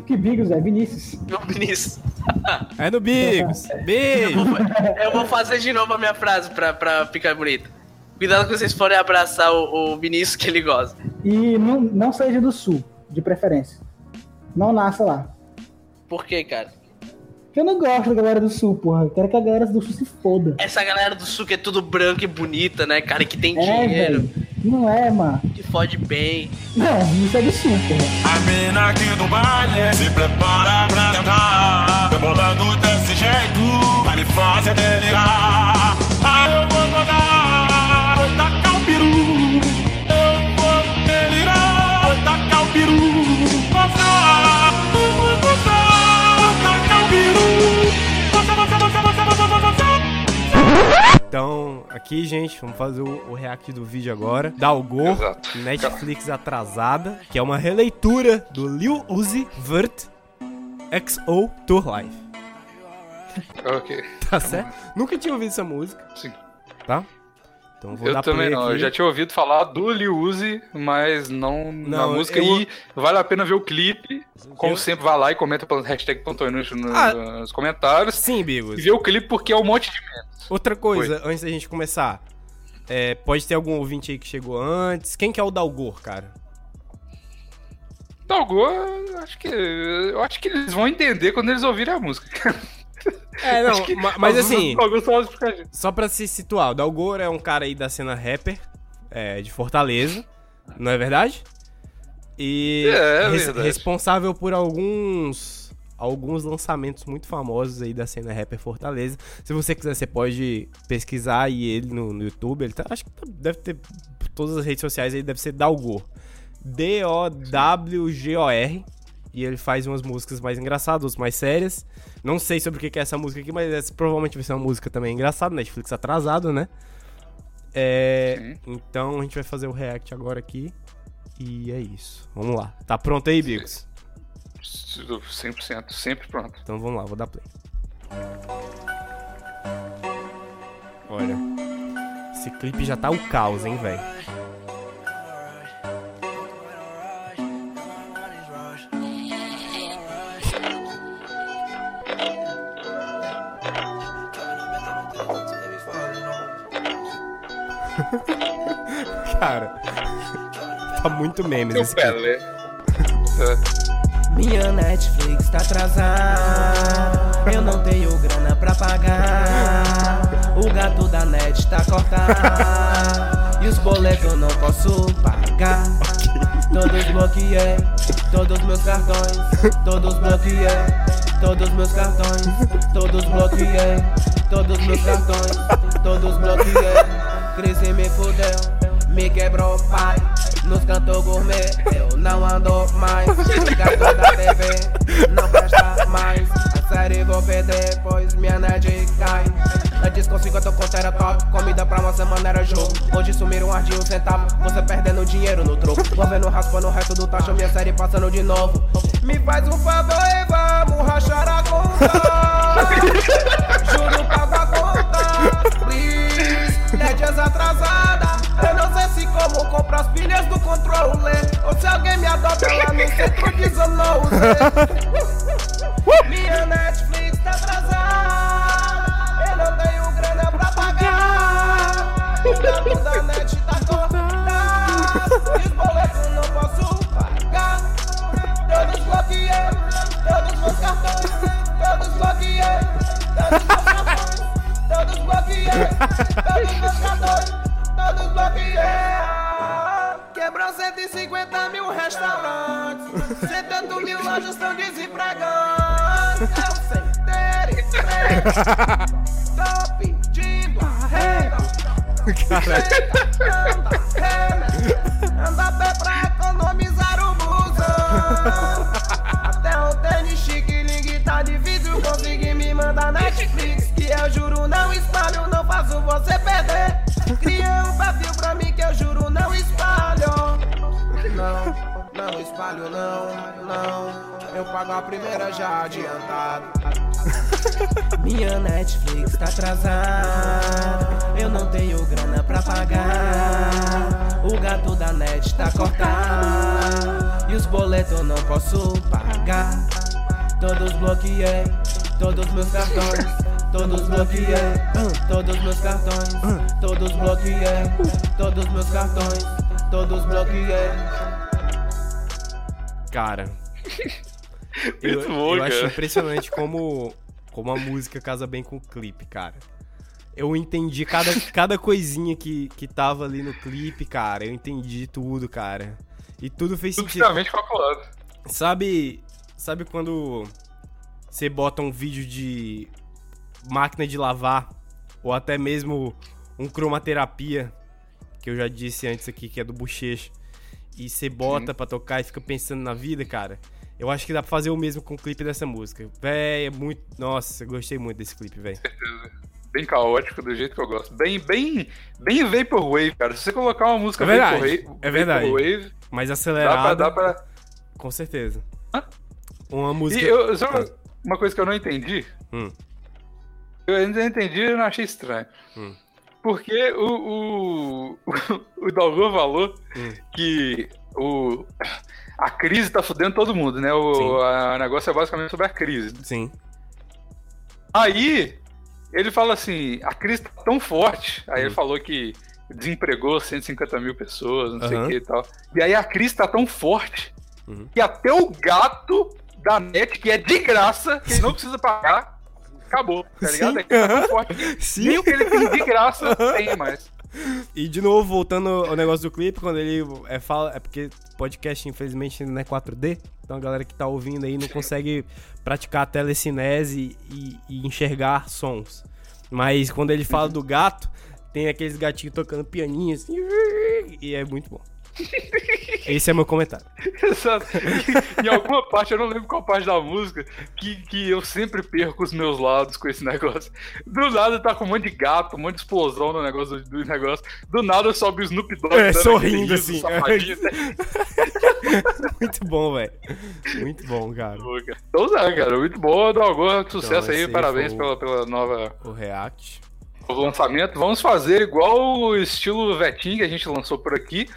Que Bigos, é Vinícius. Meu Vinícius. É no Bigos. Beijo. Eu vou fazer de novo a minha frase pra, pra ficar bonita. Cuidado que vocês forem abraçar o, o Vinícius que ele goza. E não, não seja do sul. de preferência. Não nasça lá. Por quê, cara? Porque eu não gosto da galera do sul, porra. Eu quero que a galera do sul se foda. Essa galera do sul que é tudo branca e bonita, né, cara? Que tem É, dinheiro, velho. Não é, mano. que fode bem. Não, isso é do sul, porra. A mina aqui do baile se prepara pra tentar. Rebolando desse jeito, vai me fazer delirar. Ah, eu vou rodar, vou tacar o peru. Eu vou delirar, vou tacar o peru. Mostrar, eu vou mostrar, vou tacar o peru. Mostra, mostra, mostra, mostra, mostra, mostra, mostra. Então, aqui, gente, vamos fazer o, o react do vídeo agora. Dalgor, Exato. Netflix atrasada, que é uma releitura do Lil Uzi Vert XO Tour Life. Ok. Tá certo? Nunca tinha ouvido essa música, Sim. tá? Então vou Eu dar também play não. aqui. Eu já tinha ouvido falar do Lil Uzi, mas não, na Não, música. eu- E vale a pena ver o clipe. Como Eu- sempre, vai lá e comenta pelo hashtag Pantoinuxo no- Ah. nos comentários. Sim, E Bigos. ver o clipe porque é um monte de memes. Outra coisa, antes da gente começar. é, pode ter algum ouvinte aí que chegou antes. Quem que é o Dalgor, cara? Dalgô, eu Tá, acho que. Eu acho que eles vão entender quando eles ouvirem a música. É, não, Acho que ma- mas as músicas assim... do Dalgô são as pra gente. Só pra se situar, o Dalgor é um cara aí da cena rapper, é, de Fortaleza, não é verdade? E É, é verdade. responsável por alguns alguns lançamentos muito famosos aí da cena rapper Fortaleza. Se você quiser, você pode pesquisar aí ele no, no YouTube. Ele tá, acho que tá- deve ter todas as redes sociais aí, deve ser Dalgor. D-O-W-G-O-R. E ele faz umas músicas mais engraçadas, outras mais sérias. Não sei sobre o que que é essa música aqui, mas essa provavelmente vai ser uma música também engraçada, Netflix atrasado, né? É, então a gente vai fazer o react agora aqui. E é isso. Vamos lá. Tá pronto aí, Bigos? 100%, sempre pronto. Então vamos lá, vou dar play. Olha. Esse clipe já tá o caos, hein, velho? Cara. tá muito memes esse clipe. Pelé. é, Minha Netflix tá atrasada. Eu não tenho grana pra pagar. O gato da net tá cortado. E os boletos eu não posso pagar. Todos bloqueei, todos meus cartões. Todos bloqueei, todos meus cartões. Todos bloqueei, todos meus cartões. Todos bloqueei. Crise me fudeu, me quebrou, pai. Nos cantos gourmet, eu não ando mais. Gato da TV, não presta mais. A série vou perder, pois minha nerd cai. Antes com 50 conto era top, comida pra uma semana era jogo. Hoje sumiram um ar de um centavo, você perdendo dinheiro no troco. Movendo raspando o resto do tacho, minha série passando de novo. Me faz um favor e vamos rachar a conta. Juro pago a conta, please. Dez dias atrasada, eu não sei se como compro as pilhas do controle. Ou se alguém me adota lá no centro de zoonose. Minha Netflix tá atrasada, eu não tenho grana pra pagar. O gato da net tá cortado, e os boletos não posso pagar. Todos bloqueei, todos meus cartões, todos bloqueei. Todos bloqueei, todos pescadores, todos bloqueei. Quebrou 150 mil restaurantes, 70 mil lojas É estão desempregadas. Eu sei ter emprego, top, dindo, renda. Anda, renda, anda a pé pra economizar o busão. Até o tênis chique, link tá difícil conseguir me mandar Netflix. Que eu juro, não espalho, não faço você perder. Cria um perfil pra mim que eu juro, não espalho. Não, não espalho, não, não. Eu pago a primeira já adiantado. Minha Netflix tá atrasada. Eu não tenho grana pra pagar. O gato da net tá cortado. E os boletos eu não posso pagar. Todos bloqueei, todos meus cartões. Todos bloqueei, todos meus cartões. Todos bloqueei, todos meus cartões. Todos bloqueei. Cara. eu Muito bom, eu acho cara. impressionante como, como a música casa bem com o clipe, cara. Eu entendi cada, cada coisinha que, que tava ali no clipe, cara. Eu entendi tudo, cara. E tudo fez Tudo sentido. finalmente calculado. Sabe, sabe quando você bota um vídeo de máquina de lavar ou até mesmo um cromaterapia, que eu já disse antes aqui que é do Bochecha, e você bota pra tocar e fica pensando na vida, cara? Eu acho que dá pra fazer o mesmo com o clipe dessa música. Véi, é muito. Nossa, eu gostei muito desse clipe, véi. Bem caótico, do jeito que eu gosto. Bem, bem, bem Vaporwave, cara. Se você colocar uma música É verdade, Vaporwave, é verdade. Vaporwave, Mas dá pra, acelerado, dá pra, com certeza. Hã? Uma música. E eu, só Tá. uma coisa que eu não entendi. Hum. Eu ainda não entendi e não achei estranho. Hum. Porque o, o, o Dalgor falou Hum. que o, a crise tá fudendo todo mundo, né? Sim. O, a- o negócio é basicamente sobre a crise. Sim. Aí ele fala assim: a crise tá tão forte. Aí Uhum. ele falou que desempregou 150 mil pessoas, não sei o Aham. que e tal. E aí a crise tá tão forte Uhum. que até o gato da net, que é de graça, que ele não precisa pagar, acabou, tá ligado? Sim, É que tá tão aham. forte. Sim. Nem o que ele tem de graça tem mais. E de novo, voltando ao negócio do clipe, quando ele é, fala. É porque podcast, infelizmente, não é 4D. Então a galera que tá ouvindo aí não consegue praticar a telecinese e, e enxergar sons. Mas quando ele fala do gato, tem aqueles gatinhos tocando pianinho assim. E é muito bom. Esse é meu comentário. Exato. Em alguma parte, eu não lembro qual parte da música, que, que eu sempre perco os meus lados com esse negócio. Do nada tá com um monte de gato, um monte de explosão no negócio do do negócio. Do nada sobe o Snoop Dogg. É, dando sorrindo, aquele riso assim. safadinho. Muito bom, velho. Muito bom, cara. Então, Zé, cara, muito bom, Dalgor. Sucesso Então, esse aí, aí parabéns foi pela, pela nova O React. novo lançamento. Vamos fazer igual o estilo Vetim que a gente lançou por aqui.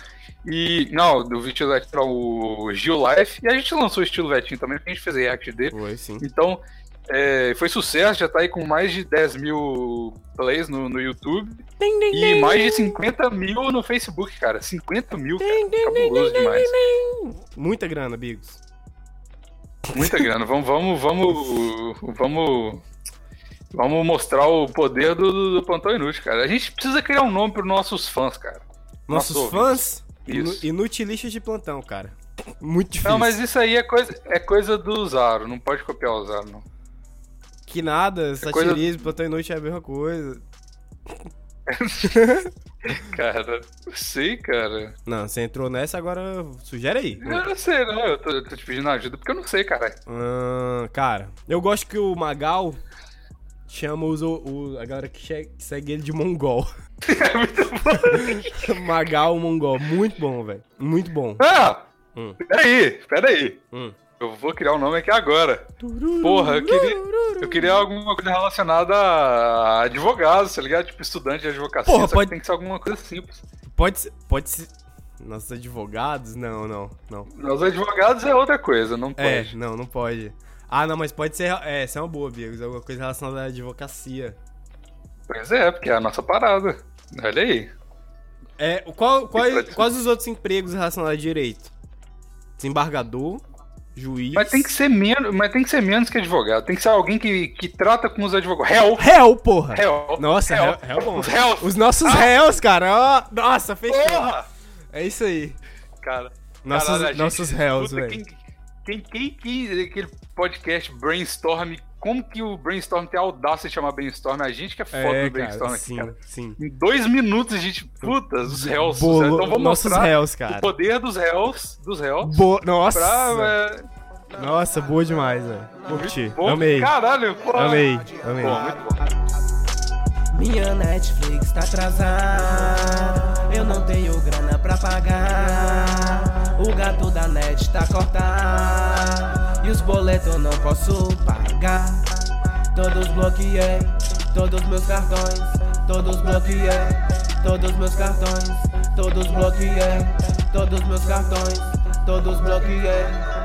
E, não, do estilo Vetim, não, o Gil Life. E a gente lançou o estilo Vetim também, porque a gente fez react dele. Foi, sim. Então, é, foi sucesso, já tá aí com mais de 10 mil plays no, no YouTube. e mais de 50 mil no Facebook, cara. 50 mil, cara. Cabuloso demais. Muita grana, Bigos. Muita grana. Vamos, vamos, vamos, vamos, vamos mostrar o poder do, do Plantão Inútil, cara. A gente precisa criar um nome pros nossos fãs, cara. Nossos Nosso fãs, ouvinte. Isso. inu- inutilistas de plantão, cara. Muito difícil. Não, mas isso aí é coisa, é coisa do Zaro. Não pode copiar o Zaro, não. Que nada, É coisa- satirismo, plantão inútil é a mesma coisa. Cara, é. eu sei, cara. Não, você entrou nessa, agora sugere aí. Eu não sei, não. Eu tô, eu tô te pedindo ajuda porque eu não sei, cara. Hum, cara, eu gosto que o Magal chama os, o- a galera que, che- que segue ele de mongol. É muito bom. Magal, mongol. Muito bom, velho. Muito bom. Ah! Hum. Peraí, peraí. Hum. Eu vou criar um nome aqui agora. Porra, eu queria, eu queria alguma coisa relacionada a advogados, tá ligado? Tipo, estudante de advocacia, Porra, só pode- que tem que ser alguma coisa simples. Pode ser, pode ser... Nossos advogados? Não, não, não. Os advogados é outra coisa, não É, pode. não, não pode. Ah, não, mas pode ser... É, essa é uma boa, Bigos. Alguma coisa relacionada à advocacia. Pois é, porque é a nossa parada. Olha aí. É, o qual, qual- pode ser. quais os outros empregos relacionados a direito? Desembargador, juiz. Mas tem que ser menos, mas tem que ser menos que advogado. Tem que ser alguém que, que trata com os advogados. Réu! Réu, porra! um Réu! Nossa, réu. réu, réu bom. Os réus. Os nossos réus, cara. ó, nossa, fechou. Porra! É isso aí. Cara. Nossos- Caralho, a nossos réus, puta, velho. Quem, quem, quem, quem- aquele podcast Brainstorm, como que o Brainstorm tem a audácia de chamar Brainstorm? A gente que é foda É, no Brainstorm cara, aqui, sim, cara. sim. Em dois minutos a gente, putas, os réus. Bolo- né? então vamos nossos mostrar réus, o cara. poder dos réus, dos réus, Bo- nossa. pra... Nossa, boa demais, velho. Curti. é, bom- Amei. Caralho, pô. Amei, amei. Pô, muito bom. Minha Netflix tá atrasada. Eu não tenho grana pra pagar. O gato da net tá cortado. E os boletos eu não posso pagar. Todos bloqueei, todos meus cartões. Todos bloqueei, todos meus cartões. Todos bloqueei, todos meus cartões. Todos bloqueei.